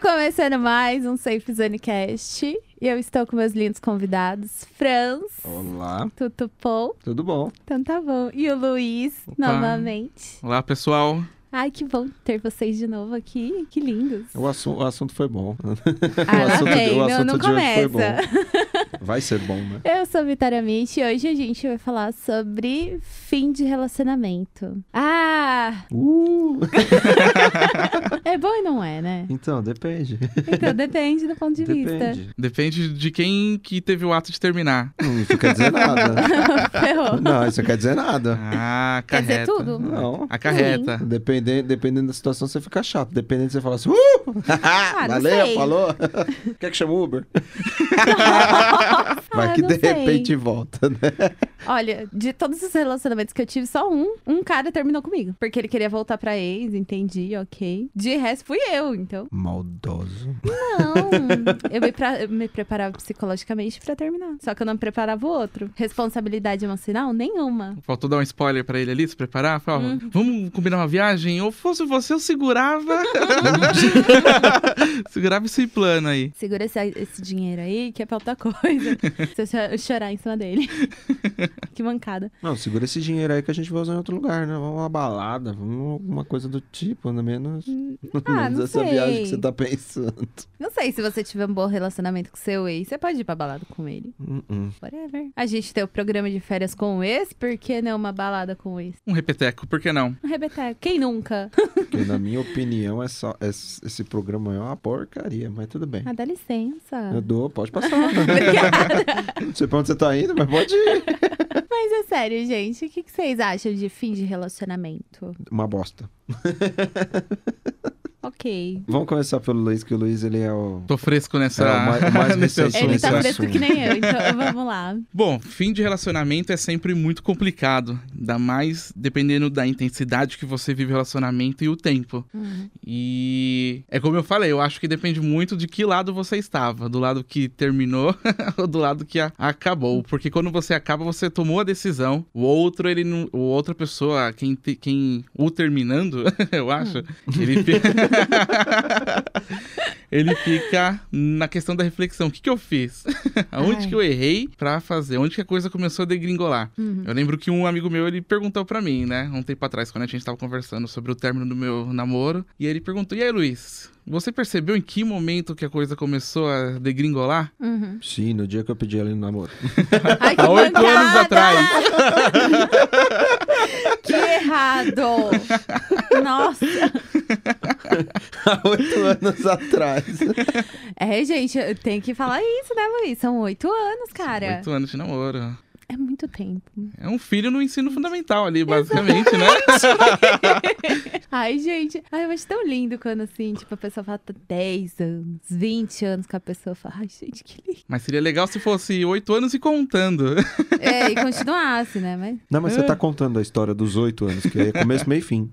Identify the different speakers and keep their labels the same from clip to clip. Speaker 1: Começando mais um Safe Zone Cast. E eu estou com meus lindos convidados. Franz,
Speaker 2: Olá,
Speaker 1: Tutu Paul,
Speaker 2: tudo bom?
Speaker 1: então tá bom. E o Luiz,
Speaker 3: Opa.
Speaker 1: novamente.
Speaker 3: Olá, pessoal.
Speaker 1: Ai, que bom ter vocês de novo aqui. Que lindos.
Speaker 2: O, assu o assunto foi bom.
Speaker 1: Ah, lá
Speaker 2: assunto de-
Speaker 1: vem.
Speaker 2: o
Speaker 1: Não,
Speaker 2: assunto
Speaker 1: não
Speaker 2: de hoje foi
Speaker 1: começa.
Speaker 2: Vai ser bom, né?
Speaker 1: Eu sou a Vitória Mitch e hoje a gente vai falar sobre fim de relacionamento. Ah,
Speaker 2: Uh!
Speaker 1: é bom e não é, né?
Speaker 2: Então, depende.
Speaker 1: Então depende do ponto de vista.
Speaker 2: Depende.
Speaker 3: Depende de quem que teve o ato de terminar.
Speaker 2: Não, isso quer dizer nada.
Speaker 1: Ferrou.
Speaker 2: Não, isso quer dizer nada.
Speaker 3: Ah,
Speaker 1: Quer dizer
Speaker 3: carreta.
Speaker 1: tudo?
Speaker 2: Não.
Speaker 3: A carreta.
Speaker 2: Dependendo, dependendo da situação, você fica chato. Dependendo, você fala assim, uh!
Speaker 1: Ah, não
Speaker 2: Valeu,
Speaker 1: sei.
Speaker 2: falou. Quer que chama o Uber?
Speaker 1: Ah,
Speaker 2: Vai que
Speaker 1: não
Speaker 2: de
Speaker 1: sei.
Speaker 2: repente volta, né?
Speaker 1: Olha, de todos os relacionamentos que eu tive, só um, um cara terminou comigo. Porque ele queria voltar pra ex, entendi, ok. De resto, fui eu, então.
Speaker 2: Maldoso.
Speaker 1: Não, eu me, pra- eu me preparava psicologicamente pra terminar. Só que eu não preparava o outro. Responsabilidade emocional? Nenhuma.
Speaker 3: Faltou dar um spoiler pra ele ali, se preparar. Falou,
Speaker 2: Hum.
Speaker 3: ó, vamos combinar uma viagem? Ou fosse você, eu segurava. segurava esse plano aí.
Speaker 1: Segura esse, esse dinheiro aí, que é pra outra coisa. Se eu cho- chorar em cima dele. que mancada.
Speaker 2: Não, segura esse dinheiro aí que a gente vai usar em outro lugar, né? Vamos uma balada, vamos alguma coisa do tipo, no menos,
Speaker 1: Ah,
Speaker 2: menos
Speaker 1: não
Speaker 2: essa
Speaker 1: sei.
Speaker 2: viagem que você tá pensando.
Speaker 1: Não sei se você tiver um bom relacionamento com seu ex, você pode ir pra balada com ele.
Speaker 2: Hum, hum.
Speaker 1: Whatever. A gente tem o programa de férias com o ex, por que não uma balada com o ex?
Speaker 3: Um repeteco, por que não?
Speaker 1: Um rebeteco, quem nunca?
Speaker 2: Porque, na minha opinião, é só- é- esse programa é uma porcaria, mas tudo bem.
Speaker 1: Ah, dá
Speaker 2: Eu
Speaker 1: licença.
Speaker 2: dou, pode passar.
Speaker 1: Obrigada.
Speaker 2: Não sei pra onde você tá indo, mas pode ir.
Speaker 1: Mas é sério, gente, o que que vocês acham de fim de relacionamento?
Speaker 2: Uma bosta.
Speaker 1: Ok.
Speaker 2: Vamos começar pelo Luiz, que o Luiz, ele é o...
Speaker 3: Tô fresco nessa.
Speaker 2: É, o mais- o mais
Speaker 3: nesse
Speaker 2: recente
Speaker 3: assunto.
Speaker 1: Ele tá
Speaker 2: esse
Speaker 1: fresco
Speaker 2: assunto.
Speaker 1: que nem eu, então vamos lá.
Speaker 3: Bom, fim de relacionamento é sempre muito complicado. Ainda mais dependendo da intensidade que você vive o relacionamento e o tempo.
Speaker 1: Hum.
Speaker 3: E é como eu falei, eu acho que depende muito de que lado você estava, do lado que terminou ou do lado que a- acabou, porque quando você acaba você tomou a decisão, o outro ele não, o outra pessoa, quem te- quem o terminando, eu acho,
Speaker 1: Hum.
Speaker 3: ele fica ele fica na questão da reflexão, o que que eu fiz? Aonde
Speaker 1: Ai.
Speaker 3: que eu errei pra fazer? Onde que a coisa começou a degringolar?
Speaker 1: Uhum.
Speaker 3: Eu lembro que um amigo meu, ele perguntou pra mim, né? Um tempo atrás, quando a gente tava conversando sobre o término do meu namoro. E aí ele perguntou, e aí, Luiz? Você percebeu em que momento que a coisa começou a degringolar?
Speaker 1: Uhum.
Speaker 2: Sim, no dia que eu pedi ele no namoro.
Speaker 1: Ai, que
Speaker 3: Tá Há oito
Speaker 1: mancada!
Speaker 3: anos atrás.
Speaker 1: Que errado! Nossa!
Speaker 2: Há oito anos atrás.
Speaker 1: É, gente, eu tenho que falar isso, né, Luiz? São oito anos, cara.
Speaker 3: Oito anos de namoro.
Speaker 1: É muito tempo.
Speaker 3: É um filho no ensino fundamental ali, basicamente, né?
Speaker 1: Ai, gente. Ai, eu acho tão lindo quando, assim, tipo, a pessoa fala tá 10 anos, 20 anos com a pessoa. Fala, ai, gente, que lindo.
Speaker 3: Mas seria legal se fosse oito anos e contando.
Speaker 1: É, e continuasse, né? Mas,
Speaker 2: Não, mas você tá contando a história dos oito anos, que é começo, meio e fim.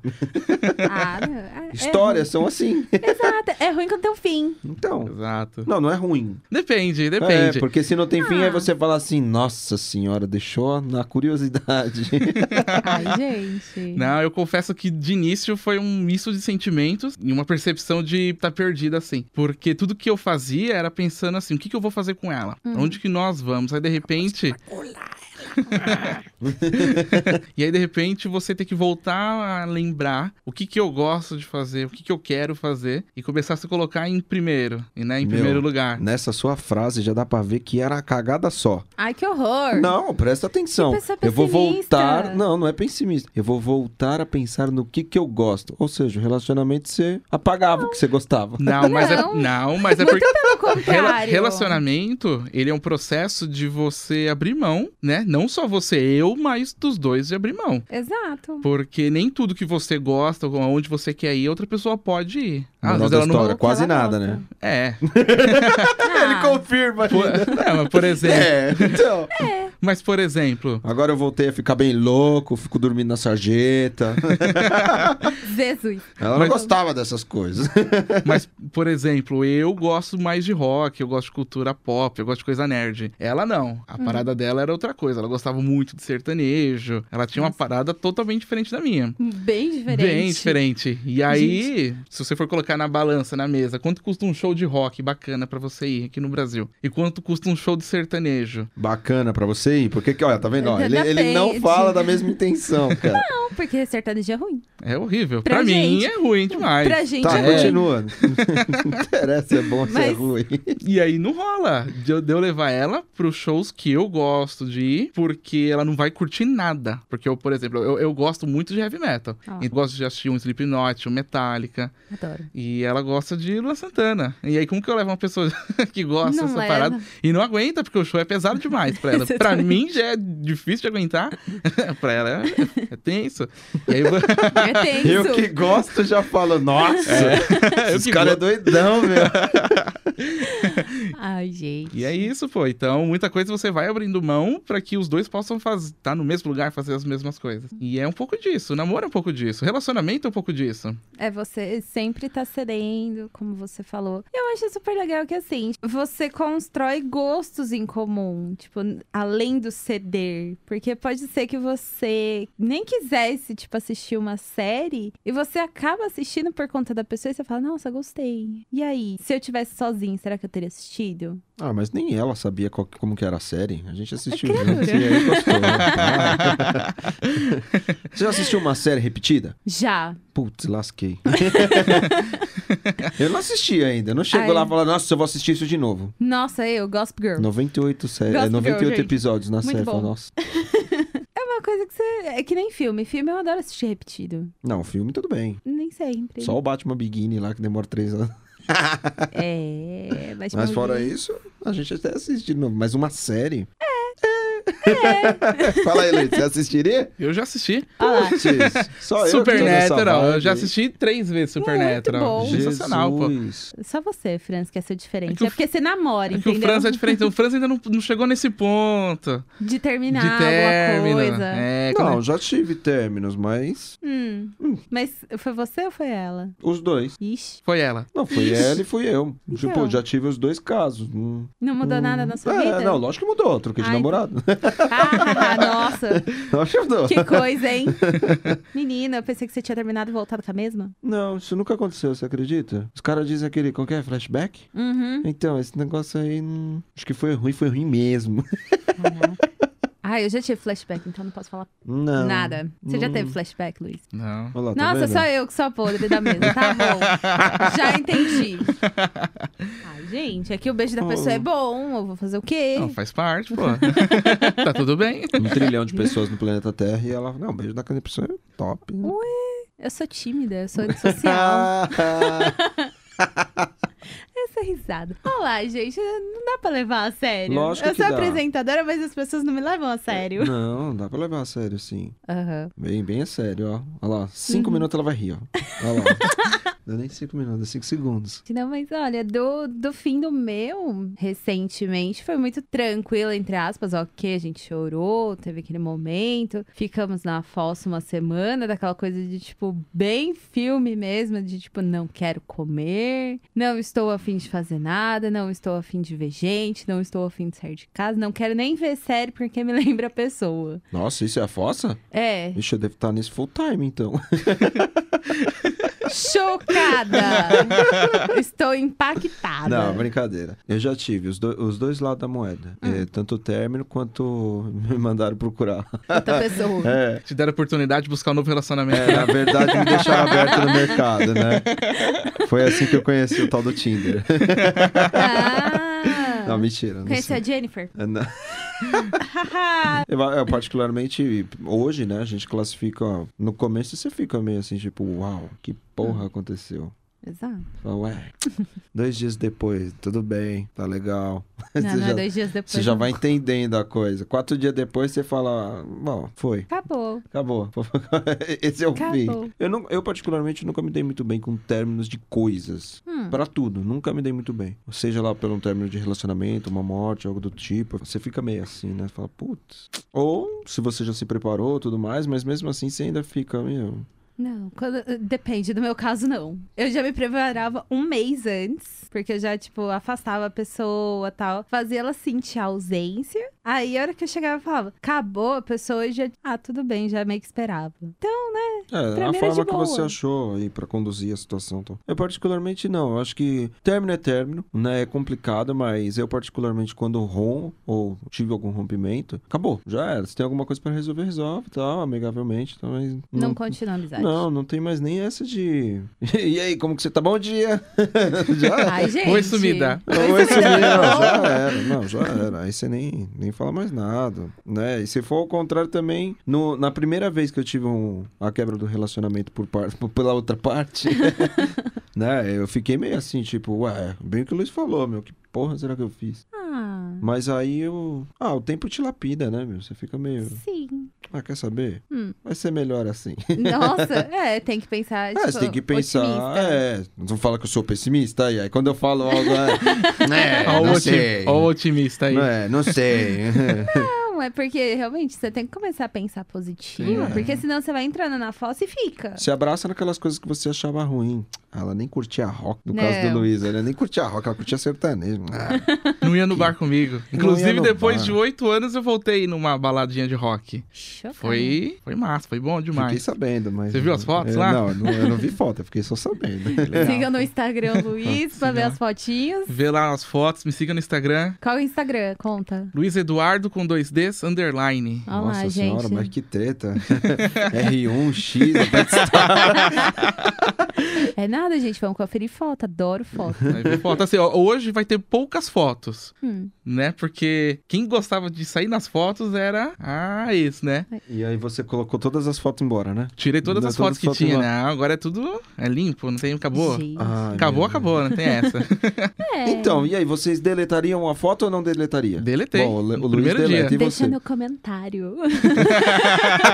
Speaker 1: ah, não, ah, é
Speaker 2: Histórias são assim.
Speaker 1: ruim. Exato. É ruim quando tem um fim.
Speaker 2: Então...
Speaker 3: Exato.
Speaker 2: Não, não é ruim.
Speaker 3: Depende,
Speaker 2: É,
Speaker 3: depende.
Speaker 2: porque se não tem fim, aí
Speaker 1: Ah.
Speaker 2: você fala assim, nossa senhora, deixou na curiosidade.
Speaker 1: Ai, gente.
Speaker 3: Não, eu confesso que de início foi um misto de sentimentos e uma percepção de estar tá perdida, assim. Porque tudo que eu fazia era pensando assim, o que, que eu vou fazer com ela? Onde que nós vamos? Aí, de repente... e aí, de repente, você tem que voltar a lembrar o que, que eu gosto de fazer, o que, que eu quero fazer e começar a se colocar em primeiro, e né? Em
Speaker 2: Meu,
Speaker 3: primeiro lugar.
Speaker 2: Nessa sua frase já dá pra ver que era uma cagada só.
Speaker 1: Ai, que horror.
Speaker 2: Não, presta atenção.
Speaker 1: Que pessoa
Speaker 2: Eu vou
Speaker 1: pessimista.
Speaker 2: voltar. Não, não é pessimista. Eu vou voltar a pensar no que que eu gosto. Ou seja, o relacionamento você apagava o que você gostava.
Speaker 3: Não, mas
Speaker 1: Não.
Speaker 3: é, não, mas é
Speaker 1: Muito
Speaker 3: porque
Speaker 1: pelo
Speaker 3: Rela-
Speaker 1: contrário.
Speaker 3: relacionamento, ele é um processo de você abrir mão, né? Não só você, eu, mas dos dois de abrir mão.
Speaker 1: Exato.
Speaker 3: Porque nem tudo que você gosta, ou aonde você quer ir, outra pessoa pode ir.
Speaker 2: Moral da história, quase
Speaker 1: Ah, Ela Ah.
Speaker 2: nada,
Speaker 1: gosta.
Speaker 2: né?
Speaker 3: É.
Speaker 1: Ah,
Speaker 2: confirma.
Speaker 3: Por, é, mas por exemplo,
Speaker 2: É, então.
Speaker 3: Mas, por exemplo,
Speaker 2: Agora eu voltei a ficar bem louco, fico dormindo na sarjeta.
Speaker 1: Jesus.
Speaker 2: Ela não
Speaker 3: Mas-
Speaker 2: gostava dessas coisas.
Speaker 3: mas, por exemplo, eu gosto mais de rock, eu gosto de cultura pop, eu gosto de coisa nerd. Ela não. A parada dela era outra coisa. Ela gostava muito de sertanejo. Ela tinha uma parada totalmente diferente da minha.
Speaker 1: Bem diferente.
Speaker 3: Bem diferente. E aí, se você for colocar na balança, na mesa, quanto custa um show de rock bacana pra você ir aqui no Brasil? E quanto custa um show de sertanejo?
Speaker 2: Bacana pra você ir? Porque, que- olha, tá vendo? Ó, ele,
Speaker 1: Depende.
Speaker 2: ele não fala da mesma intenção, cara.
Speaker 1: Não, porque sertanejo é ruim.
Speaker 3: É horrível.
Speaker 1: Pra
Speaker 3: Pra, mim
Speaker 1: gente.
Speaker 3: é ruim demais.
Speaker 1: pra gente
Speaker 2: tá,
Speaker 1: é ruim.
Speaker 2: continua. Não interessa se é bom, se é
Speaker 1: Mas-
Speaker 2: ruim.
Speaker 3: E aí não rola. De eu, de eu levar ela pros shows que eu gosto de ir, porque ela não vai curtir nada. Porque eu, por exemplo, eu, eu gosto muito de heavy metal.
Speaker 1: Ah.
Speaker 3: Eu gosto de assistir um Slipknot, um Metallica.
Speaker 1: Adoro.
Speaker 3: E ela gosta de Lua Santana. E aí como que eu levo uma pessoa que gosta
Speaker 1: Não
Speaker 3: dessa
Speaker 1: leva.
Speaker 3: parada? E não aguenta, porque o show é pesado demais pra ela.
Speaker 1: Você
Speaker 3: pra
Speaker 1: tá-
Speaker 3: mim já é difícil de aguentar. pra ela é, é tenso. E aí eu,
Speaker 1: É tenso.
Speaker 2: Eu que gosto já falo, nossa,
Speaker 3: eu
Speaker 2: esse
Speaker 3: que
Speaker 2: cara é doidão, meu.
Speaker 1: Ai, gente.
Speaker 3: E é isso, pô. Então, muita coisa você vai abrindo mão pra que os dois possam estar no mesmo lugar, fazer as mesmas coisas. E é um pouco disso. Namoro é um pouco disso. Relacionamento é um pouco disso.
Speaker 1: É você sempre tá cedendo, como você falou. Eu acho super legal que assim, você constrói gostos em comum, tipo, n- além do ceder. Porque pode ser que você nem quisesse, tipo, assistir uma série e você acaba assistindo por conta da pessoa e você fala, nossa, gostei. E aí, se eu tivesse sozinho, será que eu teria assistido?
Speaker 2: Ah, mas nem ela sabia qual que- como que era a série. A gente assistiu
Speaker 1: É
Speaker 2: junto
Speaker 1: criatura.
Speaker 2: e aí gostou. né? Ah. Você já assistiu uma série repetida?
Speaker 1: Já.
Speaker 2: Putz, lasquei. eu não assisti ainda. Não chego
Speaker 1: Ai.
Speaker 2: lá e falo, nossa, eu vou assistir isso de novo.
Speaker 1: Nossa, eu, Gossip Girl.
Speaker 2: 98, série,
Speaker 1: Gossip
Speaker 2: é,
Speaker 1: Girl,
Speaker 2: 98
Speaker 1: gente.
Speaker 2: episódios na
Speaker 1: Muito
Speaker 2: série.
Speaker 1: bom.
Speaker 2: Falo, nossa.
Speaker 1: É uma coisa que você. É que nem filme. Filme eu adoro assistir repetido.
Speaker 2: Não, filme tudo bem.
Speaker 1: Nem sempre.
Speaker 2: Só o Batman Begin lá que demora três anos.
Speaker 1: É. Mas,
Speaker 2: Mas
Speaker 1: tipo,
Speaker 2: fora isso, a gente até assiste de novo. Mas uma série. É. Fala aí, Leite, você assistiria?
Speaker 3: Eu já assisti
Speaker 1: Olha lá.
Speaker 2: Putz, Só eu que tô nessa
Speaker 3: Supernatural. Eu
Speaker 2: vibe
Speaker 3: já
Speaker 2: aí.
Speaker 3: assisti três vezes Supernatural.
Speaker 1: bom.
Speaker 3: Sensacional, pô.
Speaker 2: Jesus.
Speaker 1: Só você, Franz, quer ser diferente.
Speaker 3: É
Speaker 1: É,
Speaker 3: que o-
Speaker 1: porque você namora,
Speaker 3: É que o
Speaker 1: entendeu?
Speaker 3: Franz é diferente. O Franz ainda não, não chegou nesse ponto
Speaker 1: De terminar
Speaker 3: é de término.
Speaker 1: alguma coisa.
Speaker 3: É, quando-
Speaker 2: Não, já tive términos, mas
Speaker 1: Hum. Mas foi você ou foi ela?
Speaker 2: os dois.
Speaker 1: Ixi,
Speaker 3: Foi ela.
Speaker 2: Não, foi ela e fui eu. Tipo,
Speaker 1: Então.
Speaker 2: eu já tive os dois casos. Hum.
Speaker 1: não mudou nada na sua
Speaker 2: é,
Speaker 1: vida?
Speaker 2: não, lógico que mudou. Troquei de
Speaker 1: Ai,
Speaker 2: namorado.
Speaker 1: Ah, nossa,
Speaker 2: lógico que mudou.
Speaker 1: que coisa, hein? Menina, eu pensei que você tinha terminado e voltado com a mesma.
Speaker 2: Não, isso nunca aconteceu, você acredita? Os caras dizem aquele, qual que é? Flashback?
Speaker 1: Uhum.
Speaker 2: Então, esse negócio aí, hum, acho que foi ruim, foi ruim mesmo.
Speaker 1: Caraca. Ah, eu já tive flashback, então não posso falar
Speaker 2: Não.
Speaker 1: nada. Você já
Speaker 2: Hum.
Speaker 1: teve flashback, Luiz?
Speaker 3: Não.
Speaker 2: Olha lá, tá
Speaker 1: Nossa,
Speaker 2: vendo?
Speaker 1: só eu que sou a podre da mesa, tá bom. Já entendi. Ai, gente, é que o beijo da
Speaker 2: Oh.
Speaker 1: pessoa é bom, eu vou fazer o quê?
Speaker 3: Hum. Não, faz parte, pô. tá tudo bem.
Speaker 2: Um trilhão de pessoas no planeta Terra e ela, não, beijo da caneta pessoa é top.
Speaker 1: Ué, Eu sou tímida, eu sou antissocial. Essa risada. Olá, gente, não dá pra levar a sério.
Speaker 2: Lógico
Speaker 1: eu
Speaker 2: que
Speaker 1: sou
Speaker 2: dá.
Speaker 1: apresentadora, mas as pessoas não me levam a sério.
Speaker 2: Não, dá pra levar a sério, sim.
Speaker 1: Aham.
Speaker 2: Bem, bem a sério, ó. Olha lá, cinco minutos ela vai rir, ó. Olha lá. Não é nem cinco minutos, é cinco segundos.
Speaker 1: Não, mas olha, do, do fim do meu, recentemente, foi muito tranquilo, entre aspas, ok, a gente chorou, teve aquele momento, ficamos na fossa uma semana, daquela coisa de, tipo, bem filme mesmo, de, tipo, não quero comer, não estou afim de fazer nada, não estou afim de ver gente, não estou afim de sair de casa, não quero nem ver série porque me lembra a pessoa.
Speaker 2: Nossa, isso é a fossa?
Speaker 1: É,
Speaker 2: Ixi, eu devo estar nesse full time, então.
Speaker 1: chocada! estou impactada.
Speaker 2: Não, brincadeira. Eu já tive os, do- os dois lados da moeda. É, tanto o término quanto me mandaram procurar.
Speaker 1: Outra pessoa.
Speaker 2: É,
Speaker 3: Te deram a oportunidade de buscar um novo relacionamento.
Speaker 2: é, na verdade me deixaram aberto no mercado, né? Foi assim que eu conheci o tal do Tinder.
Speaker 1: Ah.
Speaker 2: Não, mentira. Não
Speaker 1: Conheceu
Speaker 2: sei.
Speaker 1: a Jennifer?
Speaker 2: É, não. Eu, eu particularmente, hoje,
Speaker 1: Hum.
Speaker 2: né, a gente classifica, ó, no começo você fica meio assim, tipo, uau, que porra aconteceu.
Speaker 1: Exato.
Speaker 2: Fala, ué. dois dias depois, tudo bem, tá legal.
Speaker 1: Não,
Speaker 2: você
Speaker 1: não
Speaker 2: já,
Speaker 1: é dois dias depois.
Speaker 2: você já
Speaker 1: não.
Speaker 2: vai entendendo a coisa. Quatro dias depois você fala, ah, bom, foi.
Speaker 1: Acabou.
Speaker 2: Acabou. Esse é o
Speaker 1: Acabou.
Speaker 2: fim. Eu, não, eu, particularmente, nunca me dei muito bem com términos de coisas.
Speaker 1: Hum.
Speaker 2: Pra tudo, nunca me dei muito bem. Seja lá pelo término de relacionamento, uma morte, algo do tipo. Você fica meio assim, né? Fala, putz. Ou se você já se preparou tudo mais, mas mesmo assim você ainda fica, meu.
Speaker 1: Não, quando- depende, no meu caso, não. Eu já me preparava um mês antes, porque eu já, tipo, afastava a pessoa tal. Fazia ela sentir a ausência. Aí, a hora que eu chegava, eu falava, acabou, a pessoa já. Ah, tudo bem, já meio que esperava. Então,
Speaker 2: É,
Speaker 1: Pra
Speaker 2: a
Speaker 1: mim era
Speaker 2: forma
Speaker 1: de
Speaker 2: que você
Speaker 1: boa.
Speaker 2: achou aí pra conduzir a situação. Então. Eu particularmente não. Eu acho que término é término, né? É complicado, mas eu particularmente quando rom ou tive algum rompimento, acabou. Já era. Se tem alguma coisa pra resolver, resolve, tal, amigavelmente. Então, mas
Speaker 1: não, continua a amizade.
Speaker 2: Não, não tem mais nem essa de. E aí, como que você tá? Bom dia! já era.
Speaker 1: Ai, É. gente.
Speaker 2: né?
Speaker 3: Oi, sumida.
Speaker 2: Oi, sumida. já era, não, já era. Aí você nem, nem fala mais nada, né? E se for ao contrário também, no- na primeira vez que eu tive um- a quebra do relacionamento por parte, pela outra parte, né? Eu fiquei meio assim, tipo, ué, bem que o Luiz falou, meu, que porra será que eu fiz?
Speaker 1: Ah,
Speaker 2: Mas aí eu... Ah, o tempo te lapida, né, meu? Você fica meio...
Speaker 1: sim.
Speaker 2: Ah, quer saber?
Speaker 1: Hum.
Speaker 2: Vai ser melhor assim.
Speaker 1: Nossa, é, tem que pensar.
Speaker 2: É,
Speaker 1: tipo,
Speaker 2: você tem que pensar.
Speaker 1: otimista.
Speaker 2: É, não fala que eu sou pessimista. E aí, quando eu falo algo. É,
Speaker 3: Ó,
Speaker 2: é
Speaker 3: o
Speaker 2: não
Speaker 3: otim-
Speaker 2: sei.
Speaker 3: ó o otimista aí.
Speaker 2: Não É, não sei.
Speaker 1: Não, é porque realmente você tem que começar a pensar positivo,
Speaker 2: Sim, é.
Speaker 1: porque senão você vai entrando na fossa e fica.
Speaker 2: Se abraça naquelas coisas que você achava ruim. Ah, Ela nem curtia rock, no caso
Speaker 1: Não.
Speaker 2: do Luiz. Ela nem curtia rock, ela curtia sertanejo. Ah,
Speaker 3: Não ia no bar comigo.
Speaker 2: Não
Speaker 3: Inclusive,
Speaker 2: ia no
Speaker 3: depois
Speaker 2: bar.
Speaker 3: de oito anos, eu voltei numa baladinha de rock.
Speaker 1: Chocada.
Speaker 3: Foi, foi massa, foi bom
Speaker 2: fiquei
Speaker 3: demais.
Speaker 2: sabendo, mas.
Speaker 3: Você viu as fotos
Speaker 2: Eu-
Speaker 3: lá?
Speaker 2: Não, eu não, eu não vi foto, eu fiquei só sabendo.
Speaker 1: Siga no Instagram Luiz pra ver as fotinhas.
Speaker 3: Vê lá as fotos, me siga no Instagram.
Speaker 1: Qual é o Instagram? Conta.
Speaker 3: Luiz Eduardo com dois Ds, underline.
Speaker 1: Olha
Speaker 2: Nossa
Speaker 1: lá,
Speaker 2: senhora,
Speaker 1: gente.
Speaker 2: mas que treta. R1, X, até
Speaker 1: É nada, gente. Vamos conferir foto. Adoro foto.
Speaker 3: Aí vê foto. Assim, ó, hoje vai ter poucas fotos,
Speaker 1: Hum.
Speaker 3: né? Porque quem gostava de sair nas fotos era a ex, né?
Speaker 2: E aí você colocou todas as fotos embora, né?
Speaker 3: Tirei todas
Speaker 2: Dá
Speaker 3: as
Speaker 2: todas
Speaker 3: fotos
Speaker 2: as
Speaker 3: que
Speaker 2: fotos
Speaker 3: tinha,
Speaker 2: lá.
Speaker 3: né? Agora é tudo é limpo, não tem, acabou.
Speaker 1: Gente.
Speaker 2: Ai,
Speaker 3: Acabou,
Speaker 2: Ah, meu
Speaker 3: acabou, não tem essa.
Speaker 1: É.
Speaker 2: Então, e aí, vocês deletariam a foto ou não deletaria?
Speaker 3: Deletei.
Speaker 2: Bom, o Le- o
Speaker 3: no
Speaker 2: Luiz
Speaker 3: primeiro
Speaker 2: deleta.
Speaker 3: dia.
Speaker 2: e
Speaker 1: Deixa
Speaker 2: você?
Speaker 1: no comentário.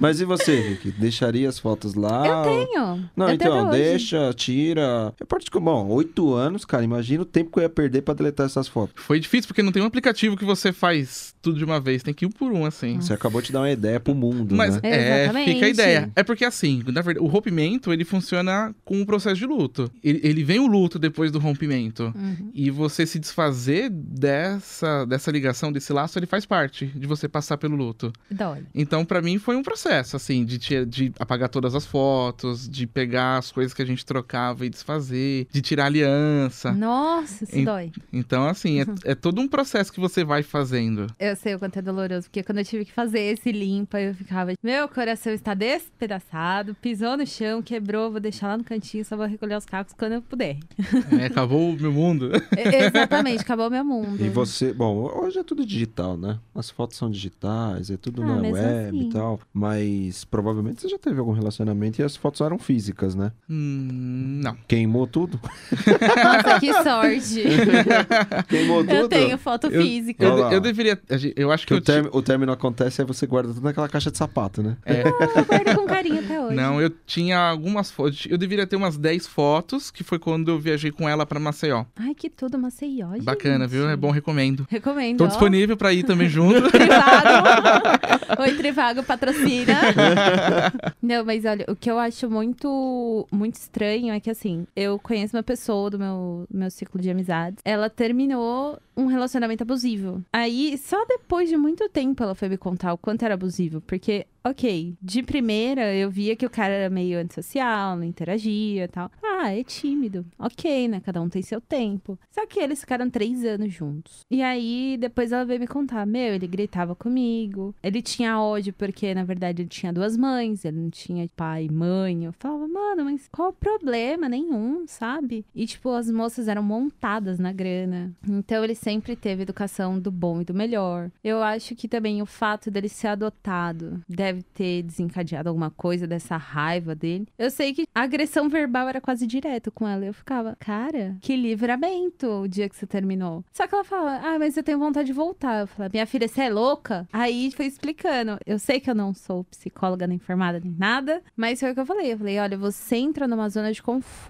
Speaker 2: Mas e você, Rick? Deixaria as fotos lá?
Speaker 1: eu tenho.
Speaker 2: Ah, Não,
Speaker 1: eu tenho
Speaker 2: então,
Speaker 1: É até hoje.
Speaker 2: deixa, tira. Eu parto com, bom, oito anos, cara, imagina o tempo que eu ia perder pra deletar essas fotos.
Speaker 3: Foi difícil porque não tem um aplicativo que você faz tudo de uma vez, tem que ir um por um, assim.
Speaker 2: Você acabou de dar uma ideia pro mundo,
Speaker 3: Mas
Speaker 2: né?
Speaker 3: é,
Speaker 1: Ah. Exatamente.
Speaker 3: fica a ideia. É porque assim, na verdade, o rompimento ele funciona com o processo de luto. Ele, ele vem o luto depois do rompimento.
Speaker 1: Uhum.
Speaker 3: E você se desfazer dessa, dessa ligação, desse laço, ele faz parte de você passar pelo luto.
Speaker 1: Dói.
Speaker 3: Então, pra mim, foi um processo, assim, de, tira- de apagar todas as fotos, de pegar as coisas que a gente trocava e desfazer, de tirar a
Speaker 2: Tá.
Speaker 3: aliança.
Speaker 1: Uhum. Nossa, isso
Speaker 3: Em-
Speaker 1: dói.
Speaker 3: Então, assim, é, é todo um processo que você vai fazendo.
Speaker 1: Eu sei o quanto é doloroso, porque quando eu tive que fazer esse limpa, eu ficava. Meu coração está despedaçado, pisou no chão, quebrou, vou deixar lá no cantinho, só vou recolher os cacos quando eu puder.
Speaker 3: É, acabou o meu mundo.
Speaker 1: É, Exatamente, acabou meu mundo.
Speaker 2: E você, bom, hoje é tudo digital, né? As fotos são digitais, é tudo
Speaker 1: Ah,
Speaker 2: na
Speaker 1: mesmo
Speaker 2: web
Speaker 1: assim.
Speaker 2: e tal. Mas provavelmente você já teve algum relacionamento e as fotos eram físicas, né?
Speaker 3: Hum, não.
Speaker 2: Queimou tudo?
Speaker 1: Nossa, que sorte!
Speaker 2: Queimou tudo?
Speaker 1: eu tenho foto
Speaker 3: Eu-
Speaker 1: física.
Speaker 2: Olha
Speaker 3: Eu,
Speaker 2: lá.
Speaker 3: eu deveria. a gente- Eu acho que
Speaker 2: Que
Speaker 3: eu.
Speaker 2: o,
Speaker 3: ti-
Speaker 2: termo, o término acontece, aí você guarda tudo naquela caixa de sapato, né?
Speaker 3: é,
Speaker 1: Eu guardo com carinho até hoje.
Speaker 3: não, eu tinha algumas fotos. Eu deveria ter umas 10 fotos, que foi quando eu viajei com ela pra Maceió.
Speaker 1: Ai, que tudo, Maceió, gente.
Speaker 3: Bacana, viu? É bom, recomendo.
Speaker 1: Recomendo.
Speaker 3: Tô
Speaker 1: ó.
Speaker 3: disponível pra ir também junto.
Speaker 1: Trivago. Oi, Trivago, patrocina. Não, mas olha, o que eu acho muito, muito estranho é que, assim, eu conheço uma pessoa do meu, meu ciclo de amizades. Ela terminou um relacionamento abusivo. Aí, só depois de muito tempo, ela foi me contar o quanto era abusivo. Porque, ok, de primeira eu via que o cara era meio antissocial, não interagia e tal. Ah, é tímido. Ok, né? Cada um tem seu tempo. Só que eles ficaram três anos juntos. E aí, depois ela veio me contar: "Ah, Meu, ele gritava comigo. Ele tinha ódio porque, na verdade, ele tinha duas mães. Ele não tinha pai e mãe. Eu falava, mano, mas qual o problema? Nenhum, sabe? E, tipo, as moças eram montadas na grana. Então, ele sempre teve educação do bom e do melhor. Eu acho que também o fato dele ser adotado deve deve ter desencadeado alguma coisa dessa raiva dele. Eu sei que a agressão verbal era quase direto com ela. Eu ficava, cara, que livramento o dia que você terminou. Só que ela fala, ah, mas eu tenho vontade de voltar. Eu falo, minha filha, você é louca? Aí foi explicando. Eu sei que eu não sou psicóloga nem formada nem nada, mas foi o que eu falei. Eu falei, olha, você entra numa zona de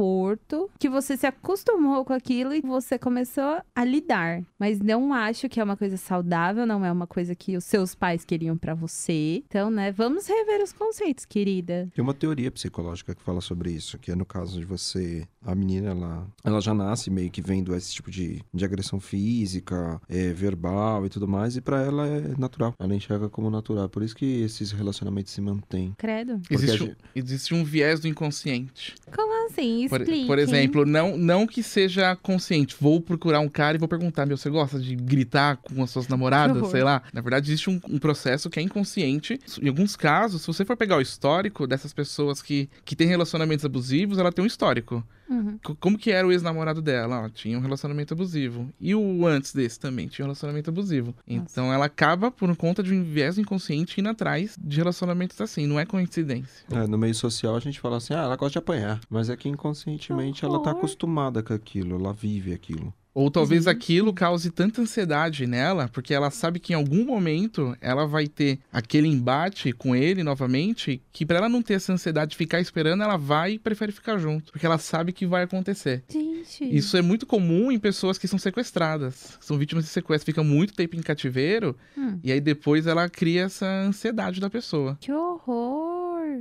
Speaker 1: conforto que você se acostumou com aquilo e você começou a lidar. Mas não acho que é uma coisa saudável, não é uma coisa que os seus pais queriam pra você. Então, né, vamos rever os conceitos, querida.
Speaker 2: Tem uma teoria psicológica que fala sobre isso, que é no caso de você, a menina, ela, ela já nasce meio que vendo esse tipo de, de agressão física, é, verbal e tudo mais, e pra ela é natural. Ela enxerga como natural. Por isso que esses relacionamentos se mantêm.
Speaker 1: Credo.
Speaker 2: Porque
Speaker 3: Existe,
Speaker 2: a
Speaker 3: um- existe um viés do inconsciente.
Speaker 1: Como assim?
Speaker 3: Por,
Speaker 1: Explique.
Speaker 3: por exemplo, não, não que seja consciente. Vou procurar um cara e vou perguntar: meu, você gosta de gritar com as suas
Speaker 1: Que
Speaker 3: namoradas?
Speaker 1: horror.
Speaker 3: Sei lá. Na verdade, existe um, um processo que é inconsciente. Em alguns casos, se você for pegar o histórico dessas pessoas que, que têm relacionamentos abusivos, ela tem um histórico.
Speaker 1: Uhum.
Speaker 3: Co- Como que era o ex-namorado dela? Ó, tinha um relacionamento abusivo. E o antes desse também tinha um relacionamento abusivo. Então ela acaba por conta de um viés inconsciente indo atrás de relacionamentos assim. Não é coincidência.
Speaker 2: É, no meio social a gente fala assim, ah, ela gosta de apanhar. Mas é que inconscientemente
Speaker 1: Que
Speaker 2: ela tá
Speaker 1: horror.
Speaker 2: acostumada com aquilo, ela vive aquilo.
Speaker 3: Ou talvez
Speaker 1: Gente.
Speaker 3: aquilo cause tanta ansiedade nela, porque ela sabe que em algum momento ela vai ter aquele embate com ele novamente, que pra ela não ter essa ansiedade de ficar esperando, ela vai e prefere ficar junto, porque ela sabe que vai acontecer.
Speaker 1: Gente.
Speaker 3: Isso é muito comum em pessoas que são sequestradas, que são vítimas de sequestro, ficam muito tempo em cativeiro
Speaker 1: Hum.
Speaker 3: e aí depois ela cria essa ansiedade da pessoa.
Speaker 1: Que horror.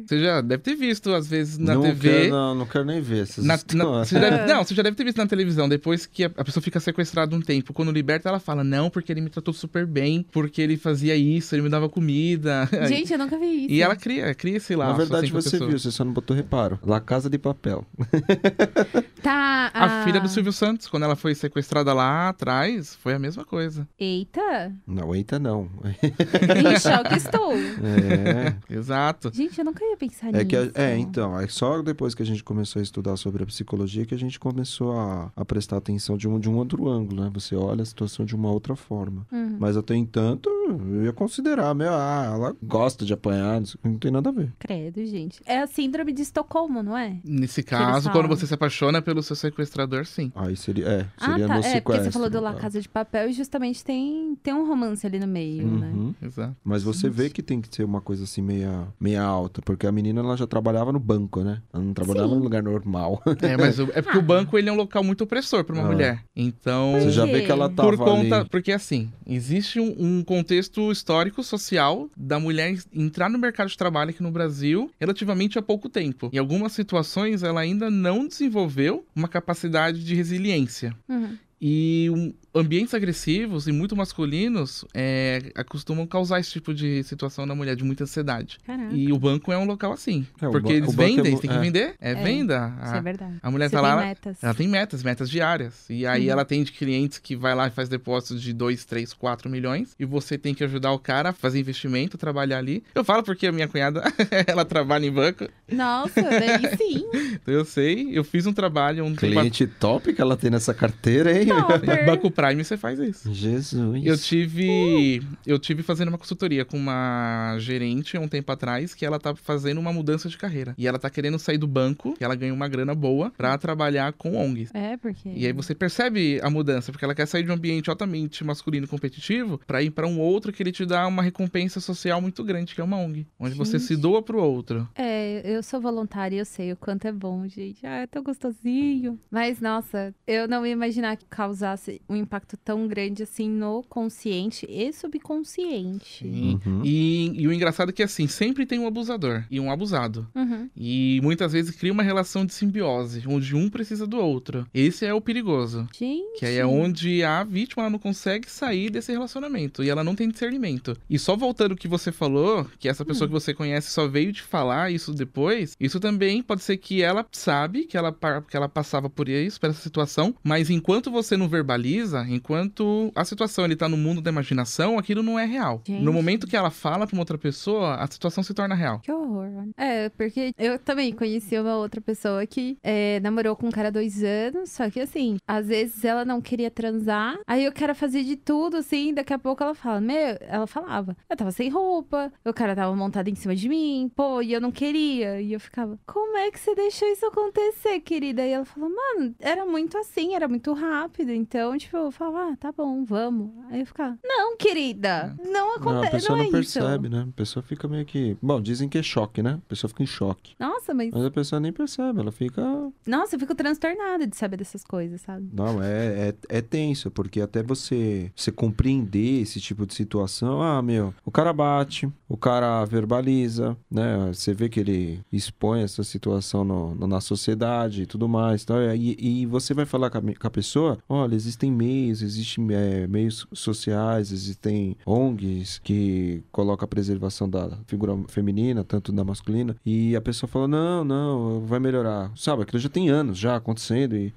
Speaker 3: Você já deve ter visto às vezes na
Speaker 2: não,
Speaker 3: TV,
Speaker 2: quero, não, não quero nem ver essas
Speaker 3: Na- na-
Speaker 2: histórias.
Speaker 3: você já deve- não, você já deve ter visto na televisão, depois que a, a pessoa fica sequestrada um tempo, quando liberta, ela fala, não, porque ele me tratou super bem, porque ele fazia isso, ele me dava comida.
Speaker 1: Gente, eu nunca vi isso.
Speaker 3: e ela cria, cria esse laço.
Speaker 2: Na verdade
Speaker 3: assim, com a
Speaker 2: você
Speaker 3: pessoa.
Speaker 2: viu, você só não botou reparo. La Casa de Papel.
Speaker 1: Tá.
Speaker 3: A
Speaker 1: ah,
Speaker 3: filha do Silvio Santos, quando ela foi sequestrada lá atrás, foi a mesma coisa.
Speaker 1: Eita.
Speaker 2: Não, eita não.
Speaker 1: Em choque estou.
Speaker 2: É,
Speaker 3: Exato.
Speaker 1: Gente, eu nunca ia pensar
Speaker 2: é,
Speaker 1: nisso.
Speaker 2: que a- é, então, é só depois que a gente começou a estudar sobre a psicologia que a gente começou a, a prestar atenção de um, de um outro ângulo, né? Você olha a situação de uma outra forma.
Speaker 1: Uhum.
Speaker 2: Mas até entanto, eu ia considerar, meu, ah, ela gosta de apanhar, não sei- não tem nada a ver.
Speaker 1: Credo, gente. É a síndrome de Estocolmo, não é?
Speaker 3: Nesse
Speaker 1: eles
Speaker 3: caso, quando
Speaker 1: falam.
Speaker 3: você se apaixona pelo seu sequestrador, sim.
Speaker 2: Aí seria, é, seria
Speaker 1: ah, tá. É, porque
Speaker 2: no
Speaker 1: você
Speaker 2: sequestro,
Speaker 1: falou do La
Speaker 2: tá?
Speaker 1: Casa de Papel e justamente tem, tem um romance ali no meio, né?
Speaker 2: Uhum.
Speaker 3: Exato.
Speaker 2: Mas você vê que tem que ser uma coisa assim meia, meia alta, porque a menina ela já trabalhava no banco, né? Ela não trabalhava
Speaker 1: Sim.
Speaker 2: num lugar normal.
Speaker 3: É, mas o- é porque
Speaker 1: Ah.
Speaker 3: o banco ele é um local muito opressor pra uma
Speaker 2: Ah.
Speaker 3: mulher. Então.
Speaker 1: Por
Speaker 2: Você já
Speaker 1: quê?
Speaker 2: vê que ela tava
Speaker 3: Por conta.
Speaker 2: ali.
Speaker 3: Porque assim, existe um, um contexto histórico, social, da mulher entrar no mercado de trabalho aqui no Brasil relativamente há pouco tempo. Em algumas situações, ela ainda não desenvolveu uma capacidade de resiliência.
Speaker 1: Uhum.
Speaker 3: E um- ambientes agressivos e muito masculinos é, acostumam causar esse tipo de situação na mulher, de muita ansiedade.
Speaker 1: Caraca.
Speaker 3: E o banco é um local assim.
Speaker 2: É, o
Speaker 3: porque
Speaker 2: ba-
Speaker 3: eles
Speaker 2: o banco é
Speaker 3: vendem,
Speaker 2: mu-
Speaker 3: você tem que
Speaker 2: é.
Speaker 3: vender. É, venda.
Speaker 1: Isso
Speaker 3: A,
Speaker 1: é verdade.
Speaker 3: a mulher
Speaker 1: Você
Speaker 3: tá lá,
Speaker 1: tem
Speaker 3: ela-
Speaker 1: metas.
Speaker 3: ela tem metas, metas diárias. E aí ela atende clientes que vai lá e faz depósitos de 2, 3, 4 milhões. E você tem que ajudar o cara a fazer investimento, trabalhar ali. Eu falo porque a minha cunhada, ela trabalha em banco.
Speaker 1: Nossa, daí sim.
Speaker 3: Então eu sei, eu fiz um trabalho um tempo
Speaker 2: Cliente top que ela tem nessa carteira, hein?
Speaker 3: atrás.
Speaker 1: Topper.
Speaker 3: Banco Prime você faz isso.
Speaker 2: Jesus.
Speaker 3: Eu tive, eu tive fazendo uma consultoria com uma gerente há um tempo atrás que ela tá fazendo uma mudança de carreira. E ela tá querendo sair do banco, que ela ganha uma grana boa pra trabalhar com ONGs.
Speaker 1: É, porque...
Speaker 3: E aí você percebe a mudança, porque ela quer sair de um ambiente altamente masculino e competitivo pra ir pra um outro que ele te dá uma recompensa social muito grande, que é uma ONG, onde você se
Speaker 1: Gente.
Speaker 3: doa pro outro.
Speaker 1: É, eu sou voluntária e eu sei o quanto é bom, gente. Ah, é tão gostosinho. Mas, nossa, eu não ia imaginar que causasse um impacto tão grande assim no consciente e subconsciente.
Speaker 2: Uhum.
Speaker 3: E, e o engraçado é que assim, sempre tem um abusador e um abusado.
Speaker 1: Uhum.
Speaker 3: E muitas vezes cria uma relação de simbiose, onde um precisa do outro. Esse é o perigoso.
Speaker 1: Gente.
Speaker 3: Que aí é onde a vítima ela não consegue sair desse relacionamento e ela não tem discernimento. E só voltando ao que você falou, que essa
Speaker 1: Hum.
Speaker 3: pessoa que você conhece só veio te falar isso depois, isso também pode ser que ela sabe que ela, pa- que ela passava por isso, por essa situação, mas enquanto você não verbaliza, enquanto a situação ele tá no mundo da imaginação, aquilo não é real.
Speaker 1: Gente.
Speaker 3: No momento que ela fala pra uma outra pessoa, a situação se torna real.
Speaker 1: Que horror, mano. É, porque eu também conheci uma outra pessoa que é, namorou com um cara há dois anos, só que assim, às vezes ela não queria transar, aí o cara fazia de tudo, assim, daqui a pouco ela fala, meu, ela falava, eu tava sem roupa, o cara tava montado em cima de mim, pô, e eu não queria. E eu ficava, como é que você deixou isso acontecer, querida? E ela falou, mano, era muito assim, era muito rápido, então, tipo, eu falava, ah, tá bom, vamos. Aí eu ficava, não, querida, não
Speaker 2: Não, a
Speaker 1: acontece, não,
Speaker 2: pessoa não,
Speaker 1: é isso.
Speaker 2: percebe, né? A pessoa fica meio que. Bom, dizem que é choque, né? A pessoa fica em choque.
Speaker 1: Nossa, mas
Speaker 2: Mas a pessoa nem percebe, ela fica.
Speaker 1: Nossa, eu fico transtornada de saber dessas coisas, sabe?
Speaker 2: Não, é, é, é tenso, porque até você, você compreender esse tipo de situação, ah, meu, o cara bate, o cara verbaliza, né? Você vê que ele expõe essa situação no- no- na sociedade e tudo mais. Tal, e, e você vai falar com a, me- com a pessoa, olha, existem meios, existem é, meios sociais, existem ONGs que colocam a preservação da figura feminina, tanto da masculina, e a pessoa fala, não, não, vai melhorar. Sabe, aquilo já tem anos já acontecendo e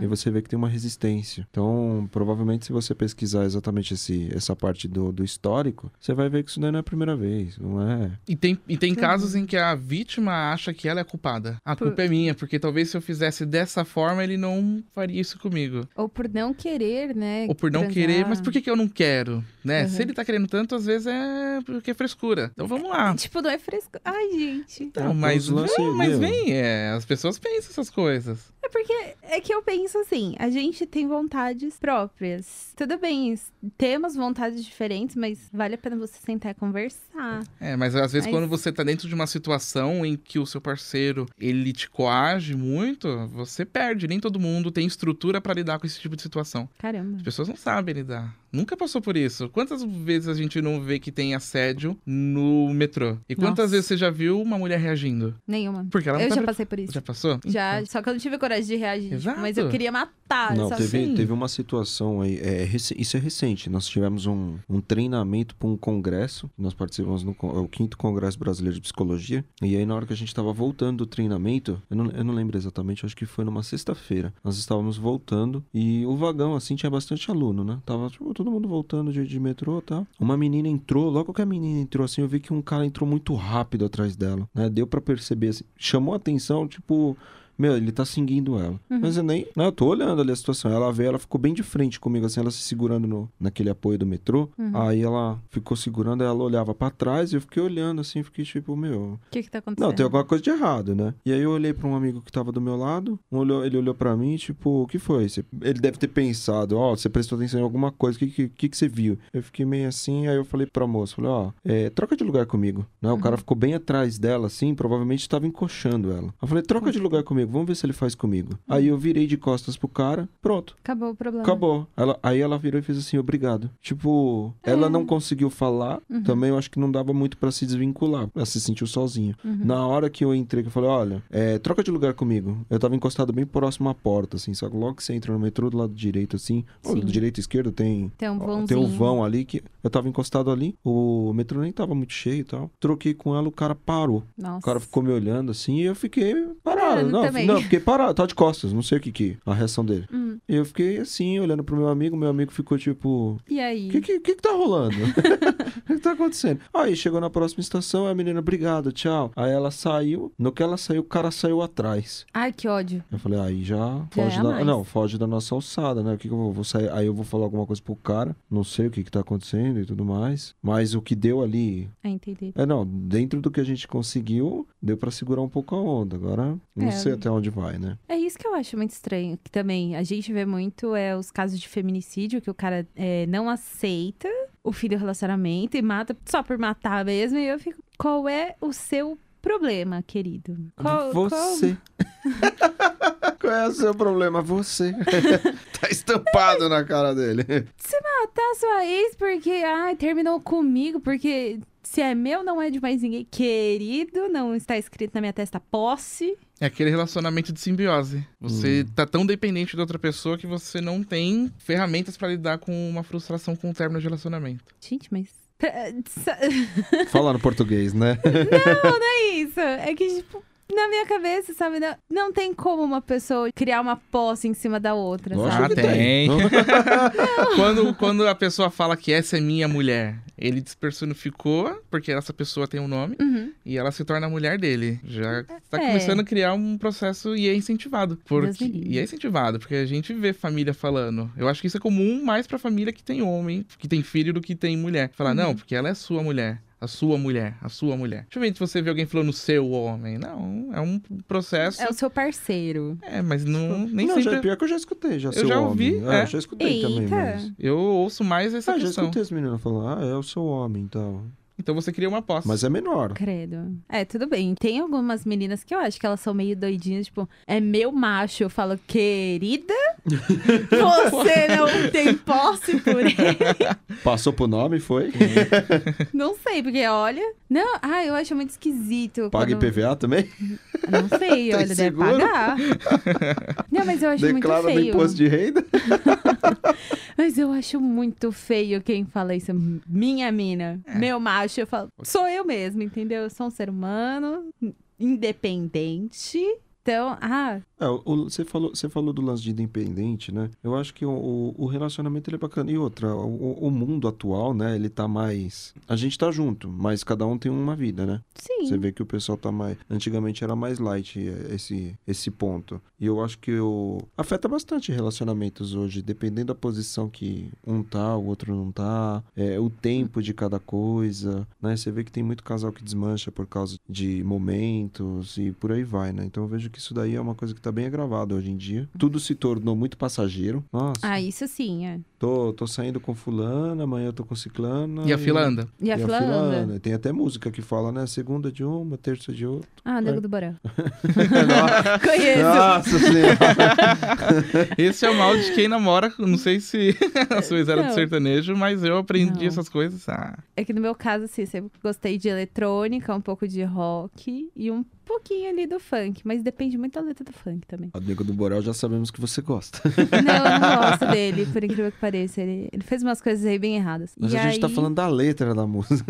Speaker 2: e você vê que tem uma resistência. Então, provavelmente, se você pesquisar exatamente esse, essa parte do, do histórico, você vai ver que isso daí não é a primeira vez, não é?
Speaker 3: E tem, e tem casos em que a vítima acha que ela é culpada. A
Speaker 1: Uhum. Por-
Speaker 3: culpa é minha, porque talvez se eu fizesse dessa forma, ele não faria isso comigo.
Speaker 1: Ou por não querer, né?
Speaker 3: Ou por não
Speaker 1: transar.
Speaker 3: querer, mas por que, que eu não quero? Né?
Speaker 1: Uhum.
Speaker 3: Se ele tá querendo tanto, às vezes é porque é frescura. Então vamos lá.
Speaker 1: Tipo, não é fresco. Ai, gente.
Speaker 3: Então,
Speaker 2: tem
Speaker 3: mas,
Speaker 2: uns lance-
Speaker 3: vem, mas
Speaker 2: meu.
Speaker 3: vem, é, as pessoas pensam essas coisas.
Speaker 1: É porque é que eu penso assim, a gente tem vontades próprias. Tudo bem, s- temos vontades diferentes, mas vale a pena você sentar e conversar.
Speaker 3: É, mas às vezes
Speaker 1: Mas-
Speaker 3: quando você tá dentro de uma situação em que o seu parceiro, ele te coage muito, você perde. Nem todo mundo tem estrutura pra lidar com esse tipo de situação. As
Speaker 1: Caramba.
Speaker 3: pessoas não sabem lidar. Nunca passou por isso. Quantas vezes a gente não vê que tem assédio no metrô? E quantas
Speaker 1: Nossa.
Speaker 3: vezes você já viu uma mulher reagindo?
Speaker 1: Nenhuma.
Speaker 3: Porque ela não
Speaker 1: Eu
Speaker 3: tá
Speaker 1: já
Speaker 3: pre-
Speaker 1: passei por isso.
Speaker 3: Já passou? Então,
Speaker 1: Já, só que eu não tive coragem de reagir. tipo, mas eu
Speaker 3: Exato.
Speaker 1: queria matar.
Speaker 2: não,
Speaker 1: só
Speaker 2: teve,
Speaker 1: assim.
Speaker 2: teve uma situação aí, é, rec- isso é recente. Nós tivemos um, um treinamento para um congresso, nós participamos no con- é o quinto Congresso Brasileiro de Psicologia, e aí na hora que a gente estava voltando do treinamento, eu não, eu não lembro exatamente, eu acho que foi numa sexta-feira, nós estávamos voltando e o vagão, assim, tinha bastante aluno, né? Tava tipo, todo mundo voltando de, de metrô e tal. Uma menina entrou, logo que a menina entrou, assim, eu vi que um cara entrou muito rápido atrás dela, né? Deu para perceber, assim, chamou a atenção, tipo, meu, ele tá seguindo ela. Mas eu nem. Não, eu tô olhando ali a situação. Ela veio, ela ficou bem de frente comigo, assim, ela se segurando no, naquele apoio do metrô. Aí ela ficou segurando, aí ela olhava pra trás e eu fiquei olhando, assim, fiquei tipo, meu.
Speaker 1: O que que tá acontecendo?
Speaker 2: Não, tem alguma coisa de errado, né? E aí eu olhei pra um amigo que tava do meu lado, um olhou, ele olhou pra mim, tipo, o que foi? Você- Ele deve ter pensado, ó, você prestou atenção em alguma coisa, o que, que, que, que você viu? Eu fiquei meio assim, aí eu falei pra moça, falei, ó, é, troca de lugar comigo. Né? O cara ficou bem atrás dela, assim, provavelmente tava encoxando ela. Eu falei, troca de lugar comigo, vamos ver se ele faz comigo. Aí eu virei de costas pro cara, pronto.
Speaker 1: Acabou o problema.
Speaker 2: Acabou. Ela- aí ela virou e fez assim, obrigado. Tipo, ela
Speaker 1: É.
Speaker 2: não conseguiu falar.
Speaker 1: Uhum.
Speaker 2: Também eu acho que não dava muito pra se desvincular. Ela se sentiu sozinha.
Speaker 1: Uhum.
Speaker 2: Na hora que eu entrei, que eu falei, olha, é, troca de lugar comigo. Eu tava encostado bem próximo à porta, assim. Só que logo que você entra no metrô do lado direito, assim, ou
Speaker 1: Sim.
Speaker 2: do direito e esquerdo tem
Speaker 1: Tem um
Speaker 2: Ó,
Speaker 1: vãozinho.
Speaker 2: Tem o vão ali que eu tava encostado ali, o metrô nem tava muito cheio e tal. Troquei com ela, o cara parou.
Speaker 1: Nossa.
Speaker 2: O cara ficou me olhando assim e eu fiquei parado.
Speaker 1: Parando
Speaker 2: Não,
Speaker 1: também.
Speaker 2: não, fiquei parado, tá de costas, não sei o que que, a reação dele.
Speaker 1: Hum.
Speaker 2: E eu fiquei assim, olhando pro meu amigo, meu amigo ficou tipo,
Speaker 1: E aí?
Speaker 2: o que, que, que que tá rolando? o que que tá acontecendo? Aí chegou na próxima estação, a menina, obrigado, tchau. Aí ela saiu, no que ela saiu, o cara saiu atrás.
Speaker 1: Ai, que ódio.
Speaker 2: Eu falei, aí já
Speaker 1: Já
Speaker 2: foge
Speaker 1: é a
Speaker 2: da.
Speaker 1: mais.
Speaker 2: Não, foge da nossa alçada, né? O que, que eu vou, vou sair? Aí eu vou falar alguma coisa pro cara. Não sei o que, que tá acontecendo e tudo mais. Mas o que deu ali.
Speaker 1: Ah, entendi.
Speaker 2: É, não, dentro do que a gente conseguiu, deu pra segurar um pouco a onda. Agora, não
Speaker 1: É.
Speaker 2: sei até onde vai, né?
Speaker 1: É isso que eu acho muito estranho, que também a gente vê muito é os casos de feminicídio que o cara é, não aceita o fim do relacionamento e mata só por matar mesmo. E eu fico, qual é o seu problema, querido? Qual, qual-
Speaker 2: você. Qual é o seu problema? Você. tá estampado na cara dele.
Speaker 1: matar sua ex porque, ai, terminou comigo, porque se é meu, não é de mais ninguém. Querido, não está escrito na minha testa posse.
Speaker 3: É aquele relacionamento de simbiose. Você tá tão dependente da outra pessoa que você não tem ferramentas pra lidar com uma frustração com o término de relacionamento.
Speaker 1: Gente, mas. pra- sa-
Speaker 2: Falar no português, né?
Speaker 1: É isso. É que, tipo, na minha cabeça, sabe? Não, não tem como uma pessoa criar uma posse em cima da outra,
Speaker 2: Lógico
Speaker 3: Ah,
Speaker 1: sabe?
Speaker 2: que tem.
Speaker 1: Ah.
Speaker 3: quando, quando a pessoa fala que essa é minha mulher, ele despersonificou, porque essa pessoa tem um nome,
Speaker 1: Uhum.
Speaker 3: e ela se torna a mulher dele. Já tá
Speaker 1: É.
Speaker 3: começando a criar um processo e é incentivado. Porque,
Speaker 1: me livre.
Speaker 3: e é incentivado, porque a gente vê família falando. Eu acho que isso é comum mais pra família que tem homem, que tem filho, do que tem mulher. Falar,
Speaker 1: Uhum.
Speaker 3: não, porque ela é sua mulher. A sua mulher, a sua mulher. Deixa eu ver se você vê alguém falando seu homem. Não, é um processo.
Speaker 1: É o tipo, seu parceiro.
Speaker 3: É, mas não, nem
Speaker 2: não, já, é
Speaker 3: sempre. é.
Speaker 2: pior que eu já escutei, já seu
Speaker 3: já
Speaker 2: homem.
Speaker 3: ouvi,
Speaker 2: É,
Speaker 3: é.
Speaker 2: eu já escutei também,
Speaker 1: Eita.
Speaker 2: mas...
Speaker 3: Eu ouço mais essa
Speaker 2: Ah, já
Speaker 3: questão.
Speaker 2: escutei as meninas falando, ah, é o seu homem e tal.
Speaker 3: Então você cria uma posse.
Speaker 2: Mas é menor.
Speaker 1: Credo. É, tudo bem. Tem algumas meninas que eu acho que elas são meio doidinhas, tipo, é meu macho. Eu falo, querida, você não tem posse por ele.
Speaker 2: Passou pro nome, foi?
Speaker 1: Não sei, porque olha. Não, ah, eu acho muito esquisito.
Speaker 2: Paga
Speaker 1: quando-
Speaker 2: IPVA também?
Speaker 1: Não sei,
Speaker 2: Tem
Speaker 1: olha, deve
Speaker 2: seguro?
Speaker 1: pagar. Não, mas eu acho
Speaker 2: Declara
Speaker 1: muito
Speaker 2: no
Speaker 1: feio.
Speaker 2: imposto de renda?
Speaker 1: Mas eu acho muito feio quem fala isso. Minha mina,
Speaker 2: É.
Speaker 1: meu macho, eu falo, sou eu mesmo, entendeu? Eu sou um ser humano independente. Então, ah,
Speaker 2: É, o- o- você, falou, você falou do lance de independente, né? Eu acho que o, o- o relacionamento ele é bacana. E outra, o, o mundo atual, né? Ele tá mais. A gente tá junto, mas cada um tem uma vida, né?
Speaker 1: sim.
Speaker 2: Você vê que o pessoal tá mais. Antigamente era mais light eh, esse, esse ponto. E eu acho que o... afeta bastante relacionamentos hoje, dependendo da posição que um tá, o outro não tá, é, o tempo de cada coisa, né? Você vê que tem muito casal que desmancha por causa de momentos e por aí vai, né? Então eu vejo que isso daí é uma coisa que tá bem agravada hoje em dia. Tudo se tornou muito passageiro. Nossa,
Speaker 1: Ah, isso sim, é.
Speaker 2: tô, tô saindo com fulana, amanhã eu tô com ciclana.
Speaker 3: E a fila anda.
Speaker 1: E a né?
Speaker 2: e
Speaker 1: fila anda.
Speaker 2: Tem até música que fala, né? Segunda de uma, terça de outra.
Speaker 1: Ah, Nego do Barão.
Speaker 2: Nossa,
Speaker 1: Conheço.
Speaker 2: Nossa senhora.
Speaker 3: Esse é o mal de quem namora. Não sei se as suas eram do
Speaker 1: Não.
Speaker 3: sertanejo, mas eu aprendi
Speaker 1: Não.
Speaker 3: essas coisas. Ah,
Speaker 1: É que no meu caso, assim, sempre gostei de eletrônica, um pouco de rock e um pouquinho ali do funk. Mas depende muito da letra do funk também.
Speaker 2: O Nego do Borel já sabemos que você gosta.
Speaker 1: Não, eu não gosto dele, por incrível que pareça. Ele, ele fez umas coisas aí bem erradas.
Speaker 2: Mas
Speaker 1: E
Speaker 2: a gente tá
Speaker 1: aí-
Speaker 2: falando da letra da música.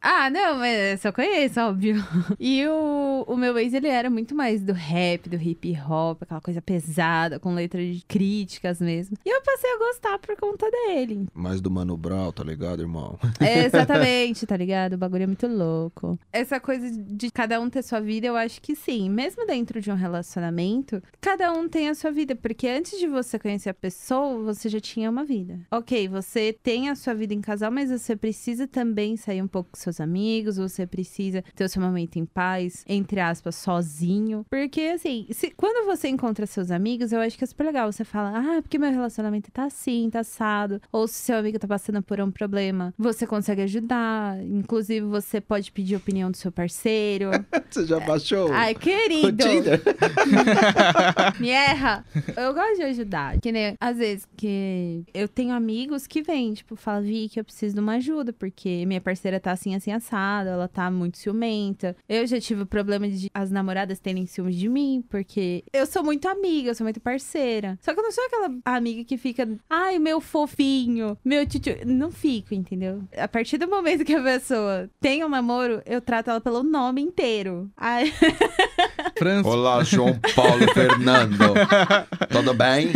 Speaker 1: Ah, não, mas essa eu conheço, óbvio. E o, o meu ex, ele era muito mais do rap, do hip hop, aquela coisa pesada, com letras de críticas mesmo. E eu passei a gostar por conta dele.
Speaker 2: Mas do Mano Brown, tá ligado, irmão?
Speaker 1: É, exatamente, tá ligado? O bagulho é muito louco. Essa coisa de cada um ter sua vida, eu acho que sim. Mesmo dentro de um relacionamento, cada um tem a sua vida. Porque antes de você conhecer a pessoa, você já tinha uma vida. Ok, você tem a sua vida em casal, mas você precisa também sair um pouco com seus amigos, você precisa ter o seu momento em paz, entre aspas, sozinho. Porque, assim, se- quando você encontra seus amigos, eu acho que é super legal. Você fala, ah, porque meu relacionamento tá assim, tá assado. Ou se seu amigo tá passando por um problema, você consegue ajudar. Inclusive, você pode pedir opinião do seu parceiro.
Speaker 2: Você já baixou
Speaker 1: Ai,
Speaker 2: o
Speaker 1: querido!
Speaker 2: Tinder?
Speaker 1: Me erra. Eu gosto de ajudar. Que nem, às vezes, que eu tenho amigos que vêm, tipo, falam, Vicky, eu preciso de uma ajuda, porque minha parceira tá assim, assim, assada, ela tá muito ciumenta. Eu já tive o problema de as namoradas terem ciúmes de mim, porque eu sou muito amiga, eu sou muito parceira. Só que eu não sou aquela amiga que fica, ai, meu fofinho, meu tio. Não fico, entendeu? A partir do momento que a pessoa tem um namoro, eu trato ela pelo nome inteiro. Ai,
Speaker 3: França.
Speaker 2: Olá, João Paulo Fernando. Tudo bem?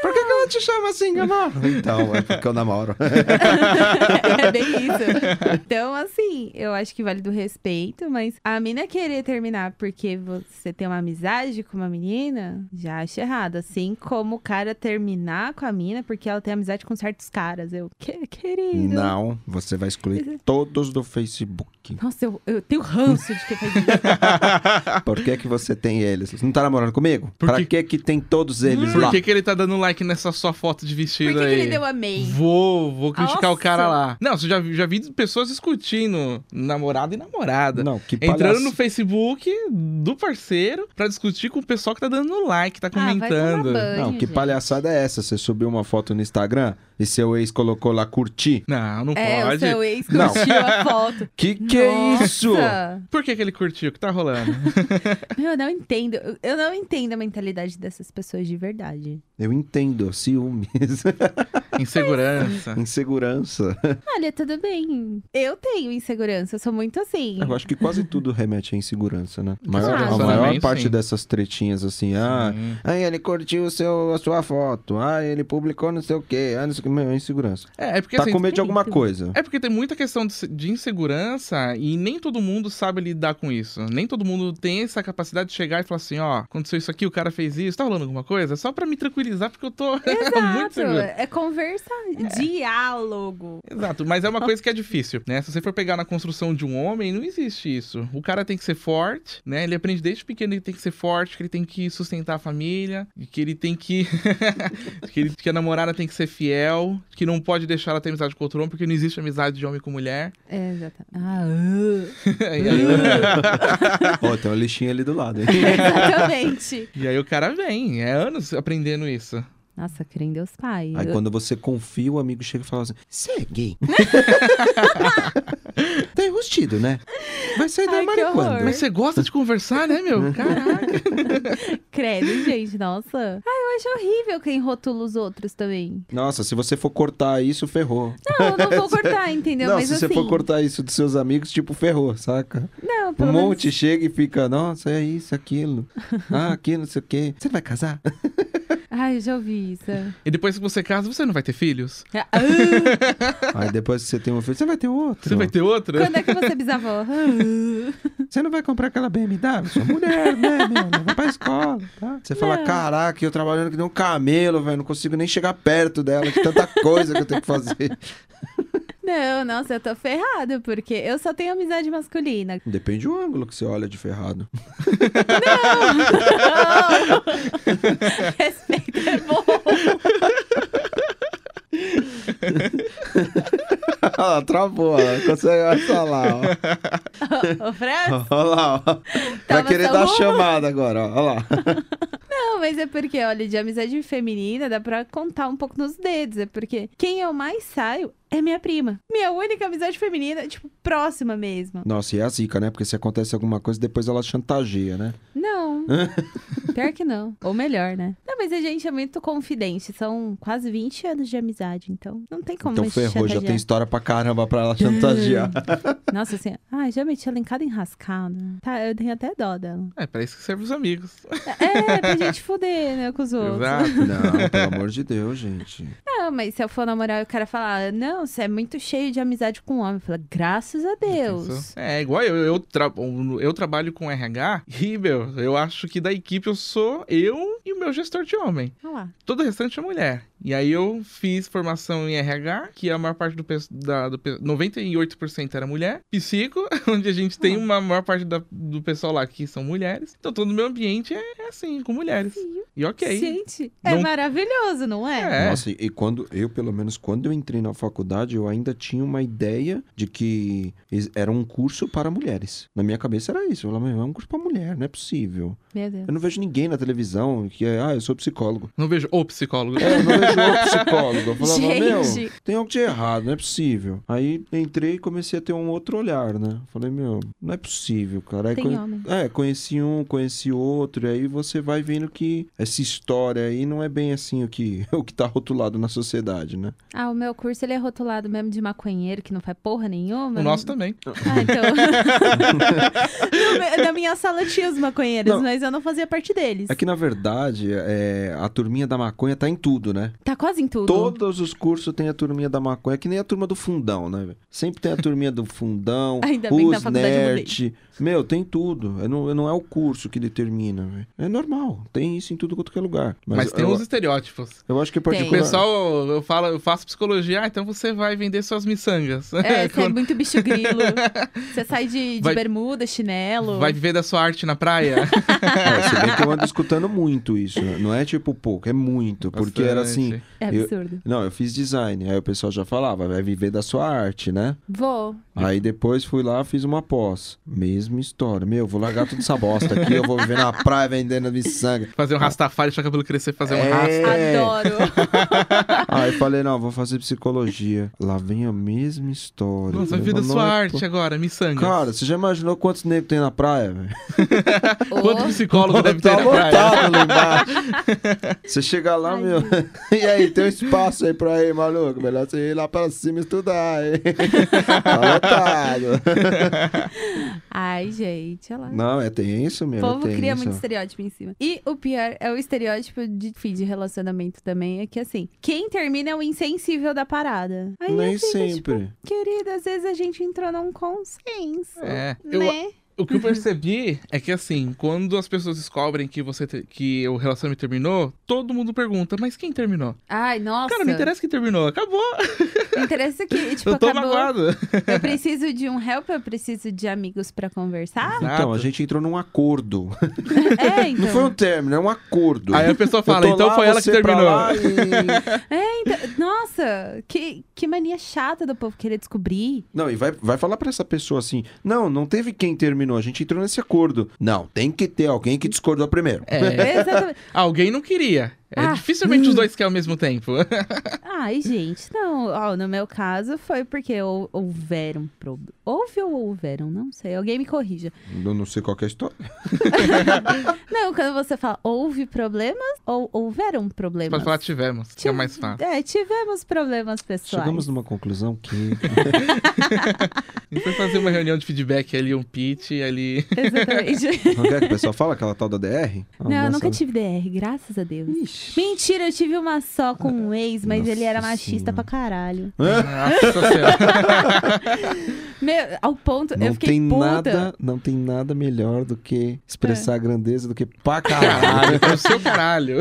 Speaker 2: Por que, que ela te chama assim, Gamal? Então, é porque eu namoro.
Speaker 1: é bem isso. Então, assim, eu acho que vale do respeito, mas a mina querer terminar porque você tem uma amizade com uma menina, já acho errado. Assim como o cara terminar com a mina porque ela tem amizade com certos caras. Eu, que, querido.
Speaker 2: Não, você
Speaker 1: Uhum.
Speaker 2: vai excluir todos do Facebook.
Speaker 1: Nossa, eu, eu tenho ranço de quem faz isso.
Speaker 2: Por que, que você tem eles? Você não tá namorando comigo?
Speaker 3: Por
Speaker 2: pra
Speaker 3: que-
Speaker 2: Ah. que que tem todos eles lá?
Speaker 3: Por que, que ele tá dando like nessa sua foto de
Speaker 1: Por
Speaker 3: vestido
Speaker 1: que, que
Speaker 3: aí?
Speaker 1: ele deu amei?
Speaker 3: Vou, vou criticar o
Speaker 1: Nossa.
Speaker 3: cara lá. Não, eu já, vi- já vi pessoas discutindo namorado e namorada.
Speaker 2: Não, que palhaço.
Speaker 3: Entrando no Facebook do parceiro pra discutir com o pessoal que tá dando like, tá
Speaker 1: Ah, vai
Speaker 3: comentando.
Speaker 1: tomar banho.
Speaker 2: Não, que
Speaker 1: gente.
Speaker 2: palhaçada é essa? Você subiu uma foto no Instagram e seu ex colocou lá curtir?
Speaker 3: não, não
Speaker 1: É, o
Speaker 3: pode.
Speaker 1: seu ex
Speaker 2: Não.
Speaker 1: curtiu a foto.
Speaker 2: Que que é
Speaker 1: Nossa!
Speaker 2: isso?
Speaker 3: Por que, que ele curtiu? O que tá rolando?
Speaker 1: Meu, eu não entendo. Eu- Eu não entendo a mentalidade dessas pessoas de verdade.
Speaker 2: Eu entendo. Se ciúmes,
Speaker 3: Insegurança.
Speaker 2: insegurança.
Speaker 1: Olha, tudo bem. Eu tenho insegurança, eu sou muito assim.
Speaker 2: Eu acho que quase tudo remete à insegurança, né? Maior- a maior
Speaker 3: relacionamento,
Speaker 2: parte
Speaker 3: sim.
Speaker 2: dessas tretinhas, assim, ah,
Speaker 3: Sim.
Speaker 2: aí ele curtiu o seu, a sua foto, ah, ele publicou não sei o quê, ah, não sei o quê, meu, é insegurança.
Speaker 3: É, é porque
Speaker 2: Tá
Speaker 3: assim,
Speaker 2: com medo de alguma
Speaker 1: tem-
Speaker 2: coisa.
Speaker 3: É porque tem muita questão de se- de insegurança e nem todo mundo sabe lidar com isso. Nem todo mundo tem essa capacidade de chegar e falar assim, ó, aconteceu isso aqui, o cara fez isso, tá rolando alguma coisa? Só pra me tranquilizar, porque eu tô
Speaker 2: tá
Speaker 3: muito
Speaker 1: Exato,
Speaker 3: seguro.
Speaker 1: é conversa, diálogo.
Speaker 3: Exato, mas é uma coisa que é difícil, né? Se você for pegar na construção de um homem, não existe isso. O cara tem que ser forte, né? Ele aprende desde pequeno que tem que ser forte, que ele tem que sustentar a família, e que ele tem que. que, ele- que a namorada tem que ser fiel, que não pode deixar ela ter amizade com outro homem, porque não existe amizade de homem com mulher.
Speaker 1: É, exatamente. Ah, ah.
Speaker 3: E aí-
Speaker 2: Ó, tem uma lixinha ali do lado, hein?
Speaker 1: exatamente.
Speaker 3: E aí o cara vem, é anos aprendendo isso.
Speaker 1: Nossa, querendo Deus Pai.
Speaker 2: Aí
Speaker 1: Eu-
Speaker 2: quando você confia, o amigo chega e fala assim: Você é gay. tá enrustido, né? Vai sair da
Speaker 1: Ai, que
Speaker 2: Mari quando?
Speaker 1: horror.
Speaker 2: Mas
Speaker 3: Mas você gosta de conversar, né, meu? Caraca.
Speaker 1: Credo, gente, nossa. Ah, eu acho horrível quem rotula os outros também.
Speaker 2: Nossa, se você for cortar isso, ferrou.
Speaker 1: Não, eu não vou cortar, entendeu?
Speaker 2: não,
Speaker 1: Mas
Speaker 2: se
Speaker 1: assim.
Speaker 2: você for cortar isso dos seus amigos, tipo, ferrou, saca?
Speaker 1: Não,
Speaker 2: Um
Speaker 1: pelo menos-
Speaker 2: monte chega e fica, nossa, é isso, aquilo. Ah, aqui, não sei o quê. Você vai casar?
Speaker 1: Ai, eu já ouvi isso.
Speaker 3: E depois que você casa, você não vai ter filhos?
Speaker 1: Ah, ah,
Speaker 2: Aí depois que você tem um filho, você vai ter outro.
Speaker 3: Você vai ter outro?
Speaker 1: quando é que você é bisavó? Ah,
Speaker 2: Você não vai comprar aquela BMW? Sua mulher, né, meu? Vai pra escola, tá? Você fala,
Speaker 1: Não.
Speaker 2: caraca, eu trabalhando que nem um camelo, velho. Não consigo nem chegar perto dela, que tanta coisa que eu tenho que fazer.
Speaker 1: Não, nossa, eu tô ferrada, porque eu só tenho amizade masculina.
Speaker 2: Depende do ângulo que você olha de ferrado.
Speaker 1: Respeito é bom.
Speaker 2: Olha lá, travou, ó. Consegue olha só lá, ó.
Speaker 1: Ô, Fran,
Speaker 2: Olha lá, ó. Vai
Speaker 1: Tava
Speaker 2: querer
Speaker 1: só um
Speaker 2: dar
Speaker 1: uma.
Speaker 2: chamada agora, ó. Olha lá.
Speaker 1: Não, mas é porque, olha, de amizade feminina dá pra contar um pouco nos dedos. É porque quem eu mais saio é minha prima. Minha única amizade feminina, tipo, próxima mesmo.
Speaker 2: Nossa, e é a zica, né? Porque se acontece alguma coisa, depois ela chantageia, né?
Speaker 1: Não. Pior que não. Ou melhor, né? Não, mas a gente é muito confidente. São quase 20 anos de amizade, então não tem como
Speaker 2: então
Speaker 1: mais
Speaker 2: ferrou, já tem
Speaker 1: chantagear.
Speaker 2: história pra caramba pra ela chantagear.
Speaker 1: Nossa, assim, ah, já meti ela em cada enrascada. Tá, eu tenho até dó dela.
Speaker 3: É, pra isso que serve os amigos.
Speaker 1: É, pra gente fuder, né, com os outros.
Speaker 3: Exato.
Speaker 2: não, pelo amor de Deus, gente.
Speaker 1: Não, Ah, mas se eu for namorar e o cara falar, não, você é muito cheio de amizade com homem. Eu falo, graças a Deus.
Speaker 3: É, igual eu, eu, tra- um, eu trabalho com RH e, meu, eu acho que da equipe eu sou eu e o meu gestor de homem.
Speaker 1: Olha lá.
Speaker 3: Todo o restante é mulher. E aí eu fiz formação em RH, que a maior parte do pessoal. 98% era mulher. Psico, onde a gente tem uma maior parte da- do pessoal lá que são mulheres. Então todo o meu ambiente é, é assim, com mulheres. E ok.
Speaker 1: Gente, é
Speaker 3: Não-
Speaker 1: maravilhoso, não é?
Speaker 3: É.
Speaker 2: Nossa, e- e quando eu, pelo menos quando eu entrei na faculdade, eu ainda tinha uma ideia de que es- era um curso para mulheres. Na minha cabeça era isso. Eu falava, "Meu, é um curso para mulher, não é possível.
Speaker 1: Meu Deus.
Speaker 2: Eu não vejo ninguém na televisão que é, ah, eu sou psicólogo.
Speaker 3: Não vejo o psicólogo. né?
Speaker 2: É, eu não vejo outro psicólogo. Eu falava, meu,
Speaker 1: Gente.
Speaker 2: tem algo de errado, não é possível. Aí entrei e comecei a ter um outro olhar, né? Falei, meu, não é possível, cara. Aí
Speaker 1: Tem
Speaker 2: quando-
Speaker 1: homem.
Speaker 2: é, conheci um, conheci outro, e aí você vai vendo que essa história aí não é bem assim o que, o que tá rotulado na sociedade, né?
Speaker 1: Ah, o meu curso ele é rotulado mesmo de maconheiro, que não faz porra nenhuma.
Speaker 3: O nosso também.
Speaker 1: Ah, então. No meu- Na minha sala tinha os maconheiros,
Speaker 2: Não.
Speaker 1: mas eu não fazia parte deles.
Speaker 2: É que, na verdade, é, a turminha da maconha tá em tudo, né?
Speaker 1: Tá quase em tudo.
Speaker 2: Todos os cursos tem a turminha da maconha, que nem a turma do fundão, né? velho? Sempre tem a turminha do fundão,
Speaker 1: Ainda bem que na
Speaker 2: os
Speaker 1: faculdade eu
Speaker 2: nerd. Meu, tem tudo. É, não, não é o curso que determina, velho. É normal, tem isso em tudo quanto que é lugar.
Speaker 3: Mas, tem
Speaker 2: eu,
Speaker 3: uns estereótipos.
Speaker 2: eu acho que é
Speaker 1: Tem.
Speaker 3: O
Speaker 2: particular...
Speaker 3: pessoal, eu falo, eu faço psicologia, ah, então você vai vender suas miçangas.
Speaker 1: É, você é
Speaker 3: Quando-
Speaker 1: muito bicho grilo. Você sai de, de
Speaker 3: Vai-
Speaker 1: bermuda, chinelo.
Speaker 3: Vai viver da sua arte na praia?
Speaker 2: É, se bem que eu ando escutando muito isso. né? Não é tipo pouco, é muito. Porque era
Speaker 3: Bastante.
Speaker 2: assim.
Speaker 1: É
Speaker 2: eu-
Speaker 1: absurdo.
Speaker 2: Não, eu fiz design. Aí o pessoal já falava, vai viver da sua arte, né?
Speaker 1: Vou.
Speaker 2: Aí depois fui lá, fiz uma pós. Mesma história. Meu, vou largar toda essa bosta aqui, eu vou viver na praia vendendo miçanga.
Speaker 3: Fazer um rastafari, deixar o cabelo crescer, fazer um
Speaker 2: Ah. É.
Speaker 3: rasta.
Speaker 1: Adoro.
Speaker 2: Aí falei, não, vou fazer psicologia. Lá vem a mesma história.
Speaker 3: Nossa,
Speaker 2: Eu
Speaker 3: vida é
Speaker 2: falei,
Speaker 3: sua
Speaker 2: "Nossa,
Speaker 3: arte agora, miçanga.
Speaker 2: Cara, você já imaginou quantos negros tem na praia, velho?
Speaker 1: Ô,
Speaker 3: Quanto psicólogo deve ter né?
Speaker 2: Tá
Speaker 3: na praia?
Speaker 2: lotado lá embaixo. Você chega lá,
Speaker 1: Ai,
Speaker 2: meu, E aí, tem um espaço aí pra ir, maluco. Melhor você ir lá pra cima estudar, hein? Tá lotado.
Speaker 1: Ai, gente, olha lá.
Speaker 2: Não, é tenso,
Speaker 1: O
Speaker 2: meu.
Speaker 1: povo
Speaker 2: é
Speaker 1: cria
Speaker 2: tenso.
Speaker 1: muito estereótipo em cima. E o pior é o estereótipo de fim de relacionamento também. É que assim, quem termina é o insensível da parada. Aí
Speaker 2: Nem
Speaker 1: eu fico,
Speaker 2: sempre.
Speaker 1: tipo, Querida, às vezes a gente entrou num consenso.
Speaker 3: É. Eu-
Speaker 1: Né?
Speaker 3: O que eu percebi é que assim, quando as pessoas descobrem que você te- que o relacionamento terminou, todo mundo pergunta, mas quem terminou?
Speaker 1: Ai, nossa.
Speaker 3: Cara, não interessa quem terminou, acabou.
Speaker 1: Interessa que, tipo,
Speaker 3: eu tô
Speaker 1: acabou.
Speaker 3: magoado.
Speaker 1: Eu preciso de um help, eu preciso de amigos pra conversar.
Speaker 2: Então, a gente entrou num acordo.
Speaker 1: É, então.
Speaker 2: Não foi um término, é um acordo.
Speaker 3: Aí a pessoa
Speaker 2: Eu
Speaker 3: fala,
Speaker 2: tô
Speaker 3: então
Speaker 2: lá,
Speaker 3: foi ela que
Speaker 2: você pra
Speaker 3: terminou.
Speaker 2: lá e-
Speaker 1: É, então. Nossa, que, que mania chata do povo querer descobrir.
Speaker 2: Não, e vai, vai falar pra essa pessoa assim: não, não teve quem terminou, a gente entrou nesse acordo. Não, tem que ter alguém que discordou primeiro.
Speaker 3: É,
Speaker 1: Exatamente.
Speaker 3: alguém não queria. É
Speaker 1: Ah.
Speaker 3: dificilmente os dois querem ao mesmo tempo.
Speaker 1: Ai, gente, não. Ó, no meu caso foi porque hou- houveram. Pro... Houve ou houveram? Não sei. Alguém me corrija.
Speaker 2: Eu não sei qual que é a história.
Speaker 1: Não, quando você fala houve problemas ou houveram problemas.
Speaker 3: Pode falar, tivemos, que é
Speaker 1: Tive-
Speaker 3: mais fácil.
Speaker 1: É, tivemos problemas pessoais.
Speaker 2: Chegamos numa conclusão que.
Speaker 3: A gente foi fazer uma reunião de feedback ali, um pitch ali.
Speaker 1: Exatamente.
Speaker 2: Não quer é que o pessoal fala aquela tal da DR?
Speaker 1: Não, eu nunca tive DR, graças a Deus. Mentira, eu tive uma só com um ex, mas ele era
Speaker 2: Nossa
Speaker 1: machista
Speaker 2: Senhora.
Speaker 1: pra caralho.
Speaker 3: Nossa senhora.
Speaker 1: Meu, ao ponto, eu
Speaker 2: Não
Speaker 1: fiquei
Speaker 2: tem,
Speaker 1: puta. É.
Speaker 2: nada, não tem nada melhor do que expressar a grandeza do que pra caralho.
Speaker 3: Foi É o seu caralho.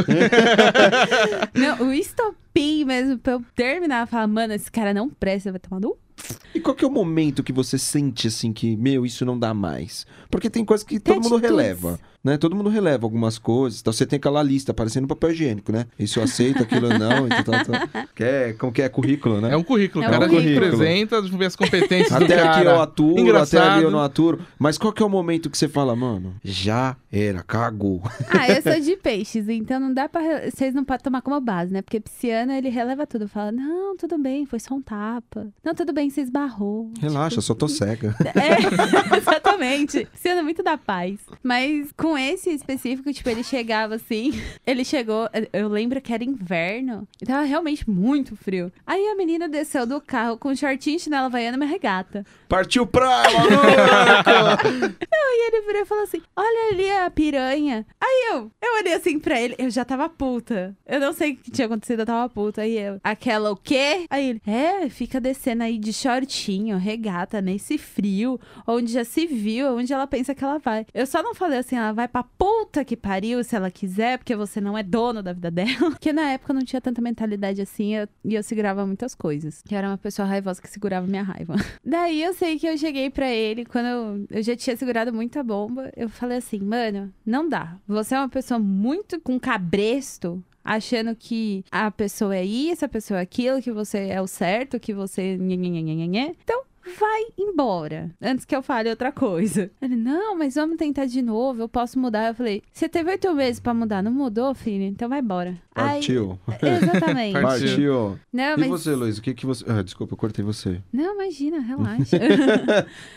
Speaker 1: Não, o estopim mesmo, pra eu terminar, falar, mano, esse cara não presta, vai tomar no...
Speaker 2: e qual que é o momento que você sente assim que, meu, isso não dá mais? Porque tem coisas que
Speaker 1: Tem
Speaker 2: todo mundo
Speaker 1: atitudes.
Speaker 2: releva, né? Todo mundo releva algumas coisas. Então você tem aquela lista aparecendo no papel higiênico, né? Isso eu aceito, aquilo eu não. Então, tal, tal. Que é, como que é? Currículo, né?
Speaker 3: É um currículo,
Speaker 1: É um
Speaker 3: cara.
Speaker 2: currículo.
Speaker 3: Apresenta, vamos ver as competências do
Speaker 2: Até
Speaker 3: cara.
Speaker 2: aqui eu aturo, até ali
Speaker 3: Engraçado.
Speaker 2: eu não aturo. Mas qual que é o momento que você fala, mano, já era, cagou.
Speaker 1: Ah, eu sou de peixes, então não dá pra... re- Vocês não podem tomar como base, né? Porque pisciano, ele releva tudo, fala, não, tudo bem, foi só um tapa. Não, tudo bem, você esbarrou.
Speaker 2: Relaxa, só tô cega.
Speaker 1: É, exatamente. Sendo muito da paz. Mas com esse específico, tipo, ele chegava assim. Ele chegou. Eu lembro que era inverno. E tava realmente muito frio. Aí a menina desceu do carro com shortinho, chinela havaiana e uma regata.
Speaker 2: Partiu praia, maluco!
Speaker 1: E ele virou e falou assim: Olha ali a piranha. Aí eu, eu olhei assim pra ele, eu já tava puta. Eu não sei o que tinha acontecido, eu tava puta. Aí eu, aquela o quê? Aí ele, é, fica descendo aí de shortinho, regata, nesse frio, onde já se viu, onde ela pensa que ela vai. Eu só não falei assim, ela vai pra puta que pariu se ela quiser, porque você não é dono da vida dela. Porque na época eu não tinha tanta mentalidade assim eu- e eu segurava muitas coisas. Que eu era uma pessoa raivosa que segurava minha raiva. Daí eu sei que eu cheguei pra ele, quando eu, eu já tinha segurado muita bomba, eu falei assim, mano, não dá. Você é uma pessoa muito com cabresto, achando que a pessoa é isso, a pessoa é aquilo, que você é o certo, que você. nhenhenhenhenhenhen. Então. Vai embora, antes que eu fale outra coisa. Ele, não, mas vamos tentar de novo, eu posso mudar. Eu falei, você teve oito meses pra mudar, não mudou, filho? Então vai embora. Aí-
Speaker 2: Partiu.
Speaker 1: Exatamente.
Speaker 3: Partiu.
Speaker 2: Partiu.
Speaker 1: Não,
Speaker 2: E
Speaker 1: mas...
Speaker 2: você, Luiz, o que que você... Ah, desculpa, eu cortei você.
Speaker 1: Não, imagina, relaxa.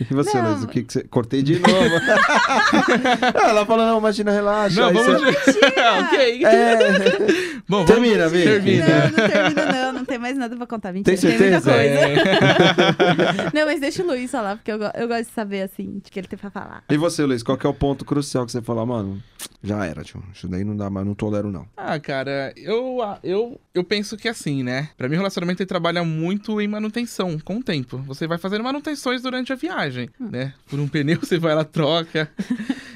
Speaker 2: E você,
Speaker 1: Não.
Speaker 2: Luiz, o que que você... Cortei de novo. Ela fala, não, imagina, relaxa.
Speaker 3: Não,
Speaker 2: Aí
Speaker 3: vamos... Ah,
Speaker 2: você-
Speaker 3: ok.
Speaker 2: É,
Speaker 3: Bom, vamos...
Speaker 2: termina, Vini.
Speaker 3: Termina.
Speaker 1: Não, não termina, não. Não tem mais nada pra contar. Mentira,
Speaker 2: Tem certeza?
Speaker 1: muita coisa.
Speaker 3: É,
Speaker 1: Não, mas deixa o Luiz falar, porque eu, go- eu gosto de saber, assim, de que ele tem pra falar.
Speaker 2: E você, Luiz, qual que é o ponto crucial que você fala, mano, já era, tio. Isso daí não dá mais, não tolero, não.
Speaker 3: Ah, cara, eu, ah, eu, eu penso que é assim, né? Pra mim, o relacionamento ele trabalha muito em manutenção, com o tempo. Você vai fazendo manutenções durante a viagem, né? Por um pneu, você vai lá, troca.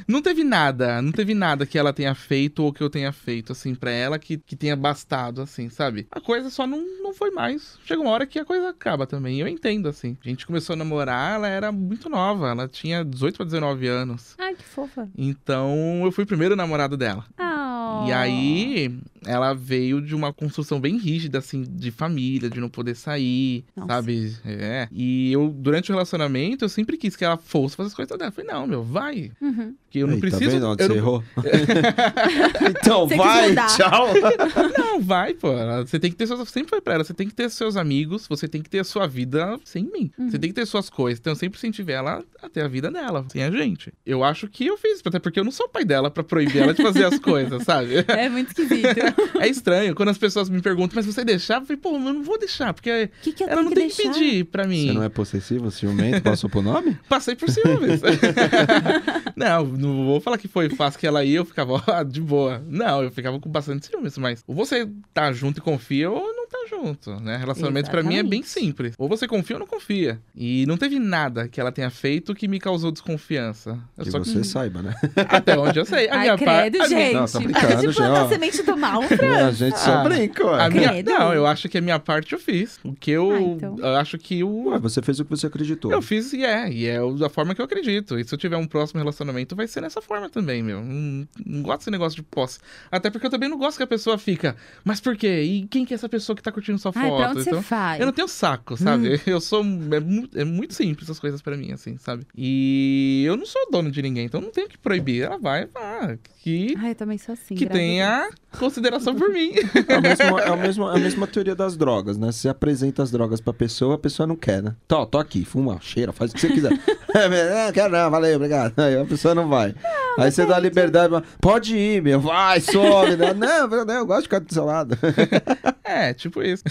Speaker 3: não teve nada, não teve nada que ela tenha feito ou que eu tenha feito, assim, pra ela que, que tenha bastado, assim, sabe? A coisa só não, não foi mais. Chega uma hora que a coisa acaba também. Eu entendo, assim. A gente começou a namorar, ela era muito nova, ela tinha 18 pra 19 anos.
Speaker 1: Ai, que fofa.
Speaker 3: Então, eu fui o primeiro namorado dela.
Speaker 1: Ah.
Speaker 3: E
Speaker 1: Oh.
Speaker 3: aí, ela veio de uma construção bem rígida, assim, de família, de não poder sair,
Speaker 1: Nossa.
Speaker 3: sabe? É. E eu, durante o relacionamento, eu sempre quis que ela fosse fazer as coisas dela. Eu falei, não, meu, vai.
Speaker 1: Uhum.
Speaker 3: Que eu não
Speaker 2: Aí, Tá
Speaker 3: preciso.
Speaker 2: vendo onde
Speaker 3: eu
Speaker 2: você
Speaker 3: não,
Speaker 2: errou? então,
Speaker 1: Você quis
Speaker 2: vai,
Speaker 1: mudar.
Speaker 2: tchau.
Speaker 3: não, vai, pô. Ela- Você tem que ter seus. Sempre foi pra ela, você tem que ter seus amigos, você tem que ter a sua vida sem mim.
Speaker 1: Uhum.
Speaker 3: Você tem que ter suas coisas. Então eu sempre incentivei ela a ter a vida dela, sem a gente. Eu acho que eu fiz, até porque eu não sou o pai dela pra proibir ela de fazer as coisas, sabe?
Speaker 1: É muito esquisito.
Speaker 3: é estranho. Quando as pessoas me perguntam, mas você deixava? Eu falei, pô, eu não vou deixar, porque
Speaker 1: O que, que eu
Speaker 3: ela
Speaker 1: tenho
Speaker 3: não
Speaker 1: que
Speaker 3: tem
Speaker 1: deixar?
Speaker 3: que pedir pra mim.
Speaker 2: Você não é possessivo, ciumento, passou pro nome?
Speaker 3: Passei por ciúmes. não, não vou falar que foi fácil que ela ia, eu ficava ó, de boa. Não, eu ficava com bastante ciúmes, mas ou você tá junto e confia ou não tá junto, né? Relacionamento pra mim é bem
Speaker 1: Exatamente.
Speaker 3: simples. Ou você confia ou não confia. E não teve nada que ela tenha feito que me causou desconfiança. Eu
Speaker 2: Que
Speaker 3: só
Speaker 2: você saiba, né?
Speaker 3: até onde eu sei. A
Speaker 1: Ai,
Speaker 3: minha
Speaker 1: credo,
Speaker 3: parte.
Speaker 1: gente. Ah,
Speaker 2: Não, tá brincando,
Speaker 1: Se plantar
Speaker 2: gente, ó.
Speaker 1: semente um. do mal,
Speaker 2: A gente só
Speaker 3: Ah,
Speaker 2: brinca, ué.
Speaker 3: A minha...
Speaker 1: Credo.
Speaker 3: Não, eu acho que a minha parte eu fiz. O que eu.
Speaker 1: Ah, então.
Speaker 3: Eu acho que o.
Speaker 2: Ué, você fez o que você acreditou.
Speaker 3: Eu fiz e é, e é o- da forma que eu acredito. E se eu tiver um próximo relacionamento, vai ser nessa forma também, meu. Não, não gosto desse negócio de posse. Até porque eu também não gosto que a pessoa fica, mas por quê? E quem que é essa pessoa que tá curtindo sua
Speaker 1: Ai, Ah, pra
Speaker 3: foto?
Speaker 1: onde você vai?
Speaker 3: eu não tenho saco, sabe? Eu sou. É, mu- é muito simples essas coisas pra mim, assim, sabe? E eu não sou dono de ninguém, então eu não tenho que proibir. Ela vai, ah, que,
Speaker 1: Ai, eu também sou assim.
Speaker 3: que
Speaker 1: graças a Deus.
Speaker 3: tenha consideração por mim.
Speaker 2: É, o mesmo- é o mesmo- é a mesma teoria das drogas, né? Você apresenta as drogas pra pessoa, a pessoa não quer, né? Tó, tô aqui, fuma, cheira, faz o que você quiser. É, não quero não, valeu, obrigado. Aí a pessoa não vai. Aí você dá liberdade, mas, pode ir, meu, vai, sobe. né? não, não, eu gosto de ficar do seu lado.
Speaker 3: é, tipo isso.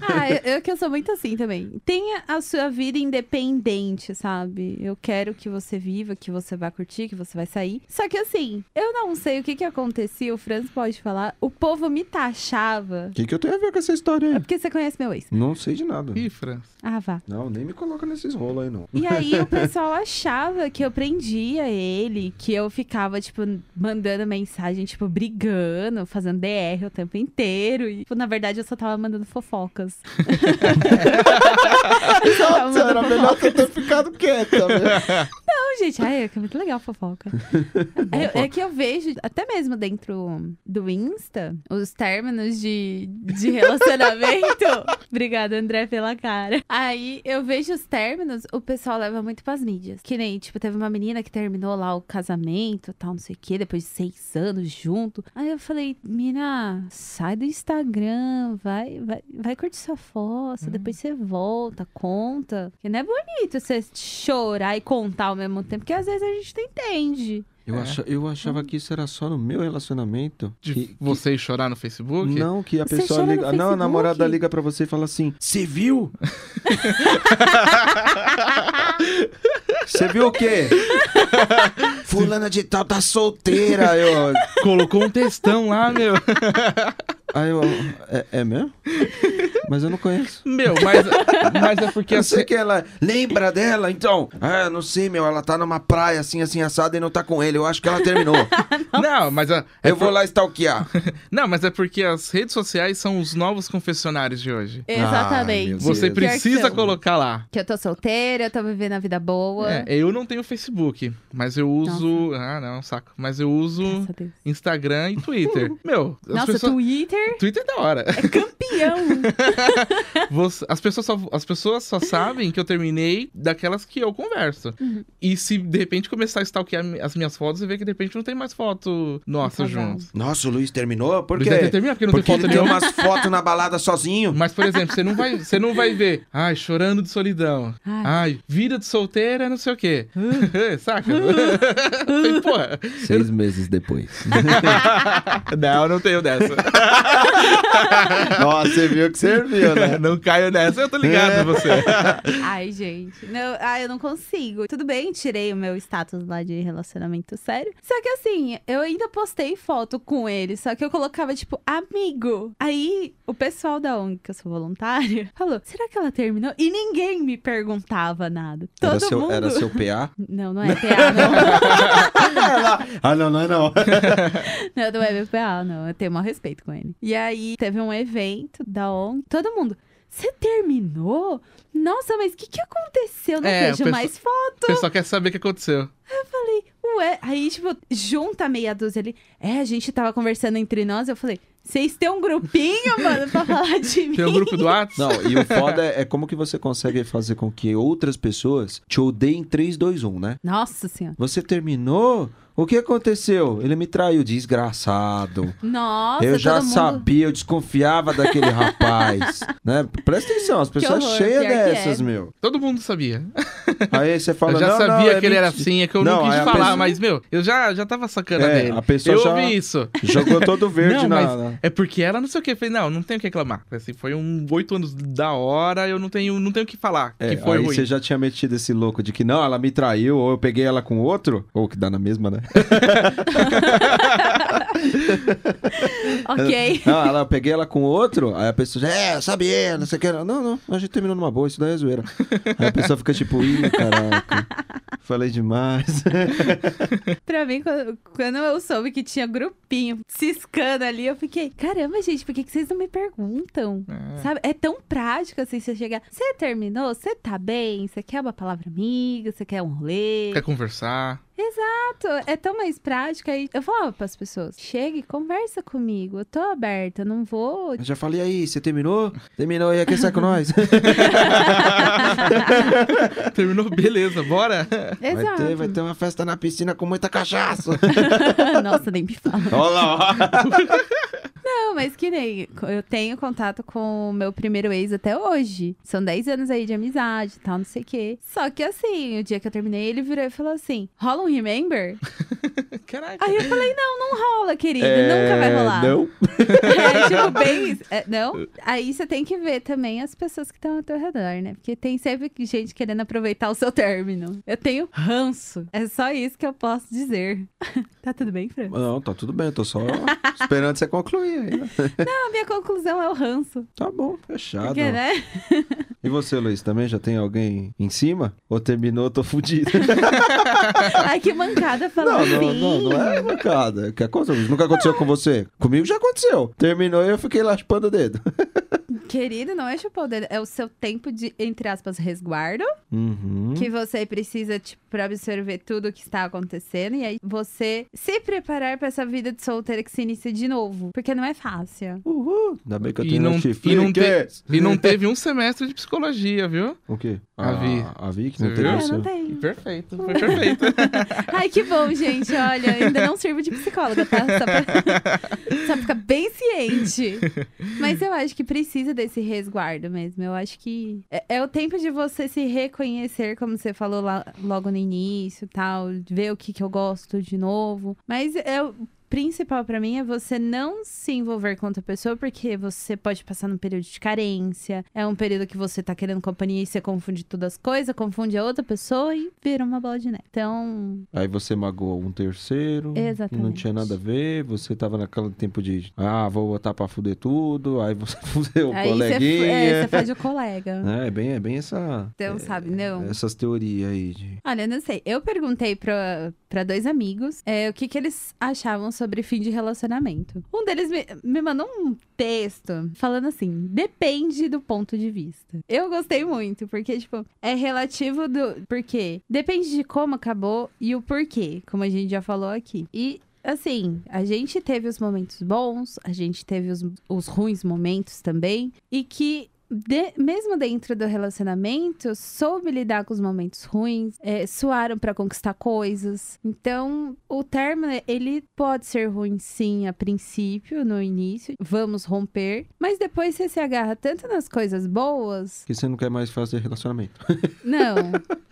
Speaker 1: Ah, eu, eu que eu sou muito assim também. Tenha a sua vida independente, sabe? Eu quero que você viva, que você vá curtir, que você vai sair. Só que assim, eu não sei o que que acontecia, o Franz pode falar. O povo me taxava.
Speaker 2: O que, que eu tenho a ver com essa história
Speaker 1: É
Speaker 2: aí?
Speaker 1: porque você conhece meu ex.
Speaker 2: Não sei de nada.
Speaker 3: Ih, França.
Speaker 1: Ah, vá.
Speaker 2: Não, nem me coloca nesses rolos aí, não.
Speaker 1: E aí o pessoal achava que eu prendia ele, que eu ficava, tipo, mandando mensagem, tipo, brigando, fazendo DR o tempo inteiro. E, tipo, na verdade, eu só tava mandando fofocas. eu só tava
Speaker 2: Nossa, era
Speaker 1: mandando
Speaker 2: melhor que eu ter ficado quieta, né?
Speaker 1: Não, gente, ai, é que é muito legal fofoca. É, é que eu vejo, até mesmo dentro do Insta, os términos de, de relacionamento. Obrigada, André, pela cara. Aí eu vejo os términos, o pessoal leva muito pras mídias. Que nem, tipo, teve uma menina que terminou lá o casamento, tal, não sei o quê, depois de seis anos junto. Aí eu falei, mina, sai do Instagram, vai, vai, vai curtir sua foto, depois você volta, conta. Porque não é bonito você chorar e contar ao mesmo tempo, porque às vezes a gente não entende.
Speaker 2: Eu,
Speaker 3: É.
Speaker 2: acha- eu achava que isso era só no meu relacionamento.
Speaker 3: De
Speaker 2: que- que-
Speaker 3: você chorar no Facebook?
Speaker 2: Não, que a
Speaker 1: Você
Speaker 2: pessoa
Speaker 1: chora no
Speaker 2: liga. Não, a
Speaker 1: Facebook?
Speaker 2: namorada liga pra você e fala assim: Você viu? Você viu o quê? Fulana de tal tá solteira. Eu...
Speaker 3: Colocou um textão lá, meu.
Speaker 2: Aí eu. É, é mesmo? Mas eu não conheço.
Speaker 3: Meu, mas, mas é porque
Speaker 2: Eu
Speaker 3: assim.
Speaker 2: sei que ela. Lembra dela? Então. Ah, não sei, meu. Ela tá numa praia assim, assim, assada e não tá com ele. Eu acho que ela terminou.
Speaker 3: Não, mas a- é
Speaker 2: eu vou lá stalkear.
Speaker 3: por- não, mas é porque as redes sociais são os novos confessionários de hoje.
Speaker 2: meu
Speaker 1: Exatamente.
Speaker 2: Deus.
Speaker 3: Você
Speaker 2: Pior que
Speaker 3: precisa
Speaker 1: são.
Speaker 3: colocar lá.
Speaker 1: que eu tô solteira, eu tô vivendo a vida boa.
Speaker 3: É, eu não tenho Facebook, mas eu uso. Ah, não, saco. Mas eu uso
Speaker 1: Graças a Deus.
Speaker 3: Instagram e Twitter. Meu, as
Speaker 1: Nossa,
Speaker 3: pessoas.
Speaker 1: Twitter
Speaker 3: Twitter é da hora.
Speaker 1: é campeão.
Speaker 3: Você- as, pessoas só, as pessoas só sabem que eu terminei daquelas que eu converso. E se de repente começar é a stalkear mi- as minhas fotos e ver que de repente não tem mais foto nossa
Speaker 1: Um casal.
Speaker 3: juntos.
Speaker 2: Nossa, o Luiz terminou? Por
Speaker 3: Porque,
Speaker 2: quê?
Speaker 3: terminar, porque não
Speaker 2: Porque
Speaker 3: tem
Speaker 2: ele
Speaker 3: foto
Speaker 2: tem
Speaker 3: nenhuma.
Speaker 2: umas fotos na balada sozinho.
Speaker 3: Mas, por exemplo, você não vai, você não vai ver, ai, chorando de solidão.
Speaker 1: Ai.
Speaker 3: Ai, vida de solteira, não sei o quê.
Speaker 2: Hum.
Speaker 3: Saca? Falei, Porra.
Speaker 2: Seis meses depois.
Speaker 3: Não, não tenho dessa.
Speaker 2: Nossa, você viu que serviu, né?
Speaker 3: não caio nessa, eu tô
Speaker 2: É.
Speaker 3: ligado pra você.
Speaker 1: Ai, gente. Não, ah, eu não consigo. Tudo bem, tirei o meu status lá de relacionamento sério. Só que assim, eu ainda postei foto com ele, só que eu colocava, tipo, amigo. Aí o pessoal da ONG, que eu sou voluntária, falou: será que ela terminou? E ninguém me perguntava nada. Todo
Speaker 2: era, seu,
Speaker 1: mundo.
Speaker 2: era seu PA?
Speaker 1: Não, não é PA, não.
Speaker 2: ah, não, não é não.
Speaker 1: Não, não é meu PA, não. Eu tenho maior respeito com ele. E aí, teve um evento da ONG. Todo mundo. Você terminou? Nossa, mas o que, que aconteceu? Não
Speaker 3: É, o
Speaker 1: vejo
Speaker 3: pessoal-
Speaker 1: mais foto.
Speaker 3: O pessoal quer saber o que aconteceu.
Speaker 1: falei, ué. Aí, tipo, junta meia dúzia ali. É, a gente tava conversando entre nós. Eu falei, vocês têm um grupinho, mano, pra falar de mim?
Speaker 3: Tem o grupo do Whats?
Speaker 2: Não, e o foda é, é como que você consegue fazer com que outras pessoas te odeiem 3, 2, 1, né?
Speaker 1: Nossa senhora.
Speaker 2: Você terminou? O que aconteceu? Ele me traiu, desgraçado.
Speaker 1: Nossa,
Speaker 2: eu já
Speaker 1: todo mundo...
Speaker 2: sabia, eu desconfiava daquele rapaz. né? Presta atenção, as pessoas
Speaker 1: horror,
Speaker 2: cheias
Speaker 1: pior que é.
Speaker 2: dessas, meu.
Speaker 3: Todo mundo sabia.
Speaker 2: Aí você fala,
Speaker 3: eu já
Speaker 2: não, não,
Speaker 3: sabia
Speaker 2: é
Speaker 3: que ele era
Speaker 2: mentira.
Speaker 3: assim, é que eu
Speaker 2: Não,
Speaker 3: não quis
Speaker 2: aí a
Speaker 3: falar,
Speaker 2: pessoa-
Speaker 3: mas, meu, eu já, já tava sacana
Speaker 2: É,
Speaker 3: dele.
Speaker 2: a pessoa
Speaker 3: eu
Speaker 2: já-
Speaker 3: ouvi isso.
Speaker 2: Jogou todo verde
Speaker 3: Não,
Speaker 2: na...
Speaker 3: mas-
Speaker 2: na-
Speaker 3: É porque ela não sei o que. Eu falei, não, não tenho o que reclamar. Assim, foi um oito anos da hora, eu não tenho, não tenho o que falar
Speaker 2: É,
Speaker 3: que foi
Speaker 2: aí
Speaker 3: ruim.
Speaker 2: você já tinha metido esse louco de que não, ela me traiu, ou eu peguei ela com outro, ou que dá na mesma, né?
Speaker 1: ok.
Speaker 2: Não, ela, eu peguei ela com outro, aí a pessoa já, é, eu sabia, não sei o que. Não, não, a gente terminou numa boa, isso daí é zoeira. Aí a pessoa fica tipo, ih, caraca, falei demais.
Speaker 1: Pra mim, quando, quando eu soube que tinha grupinho ciscando ali, eu fiquei, caramba, gente, por que, que vocês não me perguntam?
Speaker 2: Hum.
Speaker 1: Sabe? É tão prático assim você chegar. Você terminou? Você tá bem? Você quer uma palavra amiga? Você quer um rolê?
Speaker 3: Quer conversar?
Speaker 1: Exato. É tão mais prático. Aí eu falava pras pessoas: chega e conversa comigo. Eu tô aberta, eu não vou.
Speaker 2: Eu já falei aí, você terminou? Terminou, e aí quer sair com nós?
Speaker 3: Terminou, beleza, bora.
Speaker 2: Vai
Speaker 1: Exato.
Speaker 2: ter, vai ter uma festa na piscina com muita cachaça.
Speaker 1: Nossa, nem me fala.
Speaker 2: Olha lá, ó.
Speaker 1: Não, mas que nem. Eu tenho contato com o meu primeiro ex até hoje. São 10 anos aí de amizade e tal, não sei o quê. Só que assim, o dia que eu terminei, ele virou e falou assim: rola um remember?
Speaker 3: Caraca.
Speaker 1: Aí eu falei: não, não rola, querida.
Speaker 2: É,
Speaker 1: Nunca vai rolar.
Speaker 2: Não?
Speaker 1: É, tipo, bem. isso. É, não? Aí você tem que ver também as pessoas que estão ao teu redor, né? Porque tem sempre gente querendo aproveitar o seu término. Eu tenho ranço. É só isso que eu posso dizer. tá tudo bem, Fran?
Speaker 2: Não, tá tudo bem, eu tô só esperando você concluir aí. né?
Speaker 1: Não, a minha conclusão é o ranço.
Speaker 2: Tá bom, fechado.
Speaker 1: Porque, né?
Speaker 2: E você, Luiz, também já tem alguém em cima? Ou terminou, tô fudido?
Speaker 1: Ai, que mancada falar
Speaker 2: Não,
Speaker 1: assim.
Speaker 2: não, não, não é mancada. Que aconteceu? Nunca aconteceu com você? Comigo já aconteceu. Terminou e eu fiquei raspando o dedo.
Speaker 1: Querido, não é chupar o dedo. É o seu tempo de, entre aspas, resguardo.
Speaker 2: Uhum.
Speaker 1: Que você precisa, tipo, pra absorver tudo o que está acontecendo. E aí você se preparar pra essa vida de solteira que se inicia de novo. Porque não é fácil.
Speaker 2: Uhul. Ainda bem que eu
Speaker 3: E
Speaker 2: tenho
Speaker 3: não-
Speaker 2: Netflix.
Speaker 3: e não te- E não teve um semestre de psicologia, viu?
Speaker 2: O quê?
Speaker 3: A Vi.
Speaker 2: A Vi que
Speaker 3: Você
Speaker 2: não teve
Speaker 3: viu?
Speaker 1: Ah,
Speaker 2: você.
Speaker 1: não tem.
Speaker 3: Perfeito, foi perfeito.
Speaker 1: Ai, que bom, gente. Olha, ainda não sirvo de psicóloga, tá? Só pra, só pra ficar bem ciente. Mas eu acho que precisa desse resguardo mesmo. Eu acho que é, é o tempo de você se reconhecer, como você falou lá, logo no início, tal, ver o que, que eu gosto de novo. Mas é o principal pra mim é você não se envolver com outra pessoa, porque você pode passar num período de carência, é um período que você tá querendo companhia e você confunde todas as coisas, confunde a outra pessoa e vira uma bola de neve. Então,
Speaker 2: Aí você magoou um terceiro.
Speaker 1: Exatamente.
Speaker 2: Não tinha nada a ver. Você tava naquele tempo de. Ah, vou botar pra fuder tudo. Aí você fudeu o
Speaker 1: Aí você
Speaker 2: coleguinha.
Speaker 1: é, você faz de colega.
Speaker 2: É, é bem, é bem essa.
Speaker 1: Então,
Speaker 2: é,
Speaker 1: sabe, não.
Speaker 2: Essas teorias aí de.
Speaker 1: Olha, eu não sei. Eu perguntei pra, pra dois amigos é, o que, que eles achavam sobre fim de relacionamento. Um deles me, me mandou um texto falando assim: depende do ponto de vista. Eu gostei muito, porque, tipo, é relativo do. porquê. Depende de como acabou e o porquê, como a gente já falou aqui. E assim, a gente teve os momentos bons, a gente teve os, os ruins momentos também, e que. de- mesmo dentro do relacionamento, soube lidar com os momentos ruins, é, suaram pra conquistar coisas. Então, o término, ele pode ser ruim, sim, a princípio, no início, vamos romper, mas depois você se agarra tanto nas coisas boas
Speaker 2: Que você não quer mais fazer relacionamento.
Speaker 1: não.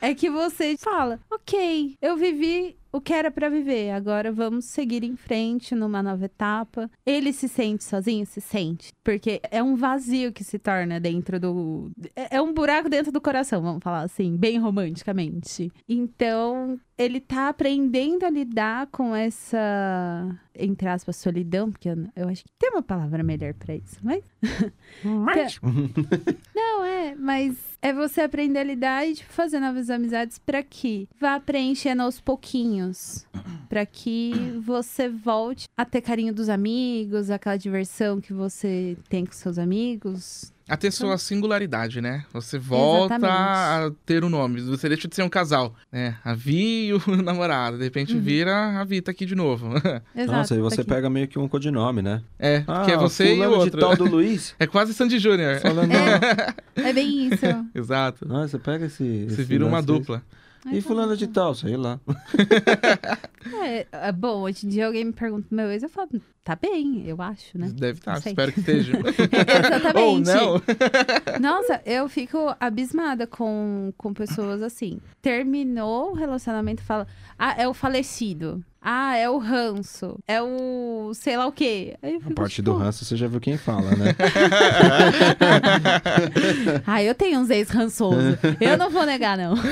Speaker 1: É que você fala, ok, eu vivi o que era pra viver, agora vamos seguir em frente numa nova etapa. Ele se sente sozinho? Se sente. Porque é um vazio que se torna dentro do. É é um buraco dentro do coração, vamos falar assim, bem romanticamente. Então, ele tá aprendendo a lidar com essa. Entre aspas, solidão, porque eu, eu acho que tem uma palavra melhor pra isso, mas. Não, é, mas é você aprender a lidar e tipo, fazer novas amizades pra que vá preenchendo aos pouquinhos. Pra que você volte a ter carinho dos amigos, aquela diversão que você tem com seus amigos.
Speaker 3: A ter sua singularidade, né? Você volta
Speaker 1: Exatamente.
Speaker 3: a ter o nome. Você deixa de ser um casal, né? A Vi e o namorado. De
Speaker 1: Uhum.
Speaker 3: repente vira a Vi tá aqui de novo.
Speaker 1: Exato.
Speaker 2: Nossa, aí você
Speaker 1: daqui.
Speaker 2: pega meio que um codinome, né?
Speaker 3: É, porque é você e o
Speaker 2: fulano
Speaker 3: outro.
Speaker 2: de tal do Luiz.
Speaker 3: É quase Sandy Júnior.
Speaker 2: Falando,
Speaker 1: É. É bem isso.
Speaker 3: Exato.
Speaker 2: Nossa, pega esse.
Speaker 3: Você
Speaker 2: esse
Speaker 3: vira uma
Speaker 2: lance é aí.
Speaker 3: dupla.
Speaker 1: Ai,
Speaker 2: E
Speaker 1: tá
Speaker 2: fulano de
Speaker 1: bom.
Speaker 2: tal, sei lá.
Speaker 1: É, é, bom, hoje em dia alguém me pergunta do meu ex, eu falo, tá bem, eu acho, né?
Speaker 3: Deve estar,
Speaker 1: Não sei. Tá
Speaker 3: espero que esteja.
Speaker 1: Exatamente.
Speaker 3: Ou não.
Speaker 1: Nossa, eu fico abismada com, com pessoas assim. Terminou o relacionamento, fala. Ah, é o falecido. Ah, é o ranço. É o sei lá o quê. Aí eu
Speaker 2: A
Speaker 1: fico,
Speaker 2: parte do
Speaker 1: tipo,
Speaker 2: ranço você já viu quem fala, né?
Speaker 1: Ah, eu tenho uns ex rançoso. Eu não vou negar, não.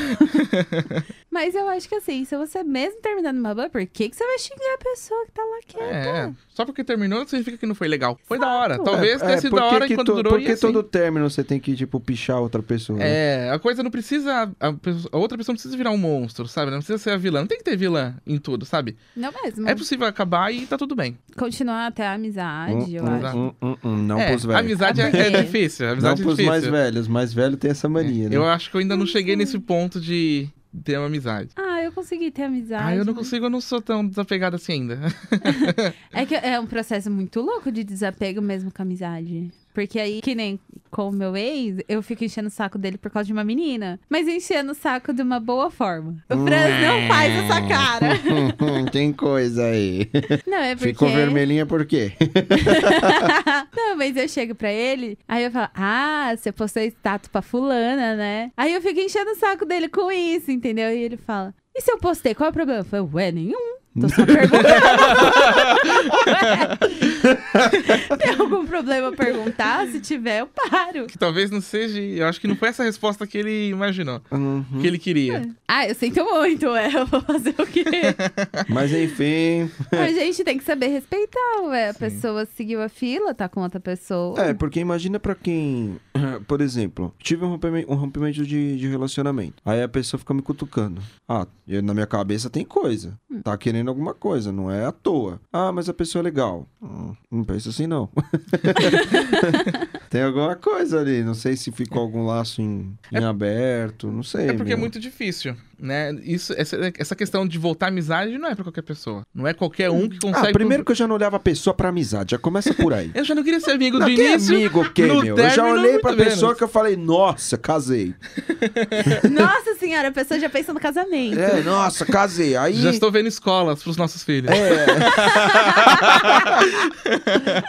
Speaker 1: Mas eu acho que assim, se você mesmo terminando uma boa, por que, que você vai xingar a pessoa que tá lá quieta?
Speaker 3: É, só porque terminou não significa que não foi legal. Foi da hora.
Speaker 1: Exato.
Speaker 3: Talvez tenha sido da hora
Speaker 2: que
Speaker 3: enquanto
Speaker 2: to-
Speaker 3: durou
Speaker 2: É, Por
Speaker 3: e
Speaker 2: que
Speaker 3: assim.
Speaker 2: todo término você tem que, tipo, pichar outra pessoa? né?
Speaker 3: É, a coisa não precisa. A, pessoa- a outra pessoa não precisa virar um monstro, sabe? Não precisa ser a vilã. Não tem que ter vilã em tudo, sabe?
Speaker 1: Não mesmo.
Speaker 3: É possível acabar e tá tudo bem.
Speaker 1: Continuar até a amizade, eu
Speaker 2: Hum,
Speaker 1: acho.
Speaker 2: hum, hum, hum, não
Speaker 3: é,
Speaker 2: pros velhos.
Speaker 3: Amizade é,
Speaker 1: Por quê?
Speaker 3: é difícil.
Speaker 2: Não
Speaker 3: Amizade é
Speaker 2: pros
Speaker 3: difícil. É,
Speaker 2: mais velhos. Mais velho tem essa mania, né?
Speaker 3: Eu acho que eu ainda não cheguei nesse ponto de ter uma amizade.
Speaker 1: Ah, eu consegui ter amizade. né?
Speaker 3: Ah, eu não
Speaker 1: mas-
Speaker 3: consigo, eu não sou tão desapegado assim ainda.
Speaker 1: É que é um processo muito louco de desapego mesmo com a amizade. Porque aí, que nem com o meu ex, eu fico enchendo o saco dele por causa de uma menina. Mas enchendo o saco de uma boa forma. O Franz não faz essa cara.
Speaker 2: Hum, tem coisa aí.
Speaker 1: Não, é porque...
Speaker 2: Ficou vermelhinha por quê?
Speaker 1: não, mas eu chego pra ele, aí eu falo, ah, você postou status pra fulana, né? Aí eu fico enchendo o saco dele com isso, entendeu? E ele fala, e se eu postei, qual é o problema? Eu falei, ué, nenhum. Tô só perguntando. Tem algum problema perguntar? Se tiver, eu paro.
Speaker 3: Que talvez não seja. Eu acho que não foi essa a resposta que ele imaginou,
Speaker 2: Uhum.
Speaker 3: que ele queria.
Speaker 1: Ah, eu sinto muito, é. Eu vou fazer o quê?
Speaker 2: Mas enfim.
Speaker 1: A gente tem que saber respeitar, ué. A pessoa seguiu a fila, tá com outra pessoa.
Speaker 2: É, porque imagina pra quem. Por exemplo, tive um rompimento, um rompimento de, de relacionamento. Aí a pessoa fica me cutucando. Ah, eu- na minha cabeça tem coisa.
Speaker 3: Hum.
Speaker 2: Tá querendo alguma coisa, não é à toa. Ah, mas a pessoa é legal. Hum, não pensa assim, não. tem alguma coisa ali. Não sei se ficou algum laço em, em aberto. Não sei.
Speaker 3: É porque é
Speaker 2: meu.
Speaker 3: muito difícil, né? Isso, essa, essa questão de voltar à amizade não é pra qualquer pessoa. Não é qualquer um que consegue.
Speaker 2: Ah, primeiro que eu já não olhava a pessoa pra amizade. Já começa por aí.
Speaker 3: Eu já não queria ser amigo do
Speaker 2: Não, que
Speaker 3: início.
Speaker 2: amigo, que,
Speaker 3: no
Speaker 2: meu? Eu já
Speaker 3: término,
Speaker 2: olhei pra
Speaker 3: muito
Speaker 2: pessoa
Speaker 3: menos.
Speaker 2: que eu falei, nossa, casei.
Speaker 1: Nossa senhora, a pessoa já pensa no casamento.
Speaker 2: É, nossa, casei. Aí.
Speaker 3: Já estou vendo escolas pros nossos filhos.
Speaker 2: É.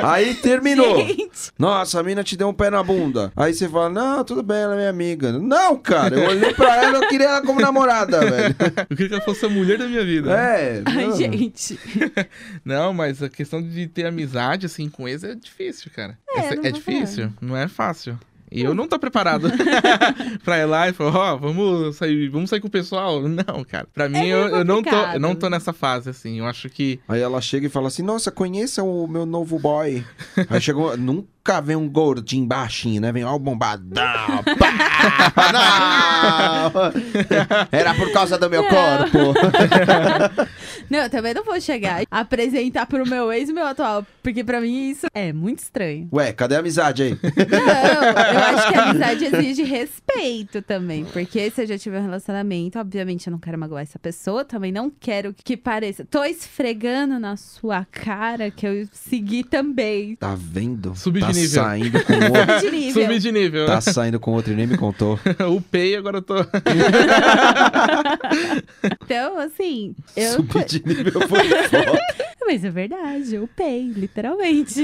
Speaker 2: Aí terminou.
Speaker 1: Gente.
Speaker 2: Nossa, a mina te deu um pé na bunda. Aí você fala, não, tudo bem, ela é minha amiga. Não, cara, eu olhei pra ela, eu queria ela como namorada, velho.
Speaker 3: Eu queria que ela fosse a mulher da minha vida.
Speaker 2: É.
Speaker 1: Ai,
Speaker 2: não.
Speaker 1: gente.
Speaker 3: Não, mas a questão de ter amizade, assim, com ex é difícil, cara.
Speaker 1: É,
Speaker 3: Essa-
Speaker 1: não vou
Speaker 3: difícil, não é fácil. E eu não tô preparado pra ir lá e falar, ó, vamos sair, vamos sair com o pessoal. Não, cara. Pra mim,
Speaker 1: meio
Speaker 3: eu, eu não tô,
Speaker 1: complicado.
Speaker 3: eu não tô nessa fase, assim. Eu acho que.
Speaker 2: Aí ela chega e fala assim, nossa, conheça o meu novo boy. Aí chegou, nunca vem um gordinho baixinho, né? Vem ó o bombadão. Pá, não! Era por causa do meu
Speaker 1: Não.
Speaker 2: corpo.
Speaker 1: Não, eu também não vou chegar e apresentar pro meu ex e meu atual, porque pra mim isso é muito estranho.
Speaker 2: Ué, cadê a amizade aí?
Speaker 1: Não, eu acho que a amizade exige respeito também, porque se eu já tiver um relacionamento, obviamente eu não quero magoar essa pessoa, também não quero que pareça. Tô esfregando na sua cara que eu segui também.
Speaker 2: Tá vendo?
Speaker 3: Subir de
Speaker 2: tá
Speaker 3: nível.
Speaker 2: saindo com
Speaker 1: De
Speaker 2: outro.
Speaker 1: nível.
Speaker 3: Subi de nível.
Speaker 2: Tá saindo com outro e nem me contou.
Speaker 3: Upei, agora eu tô.
Speaker 1: Então, assim, eu.
Speaker 2: Subir de nível foi foda.
Speaker 1: Mas é verdade, eu pei, literalmente.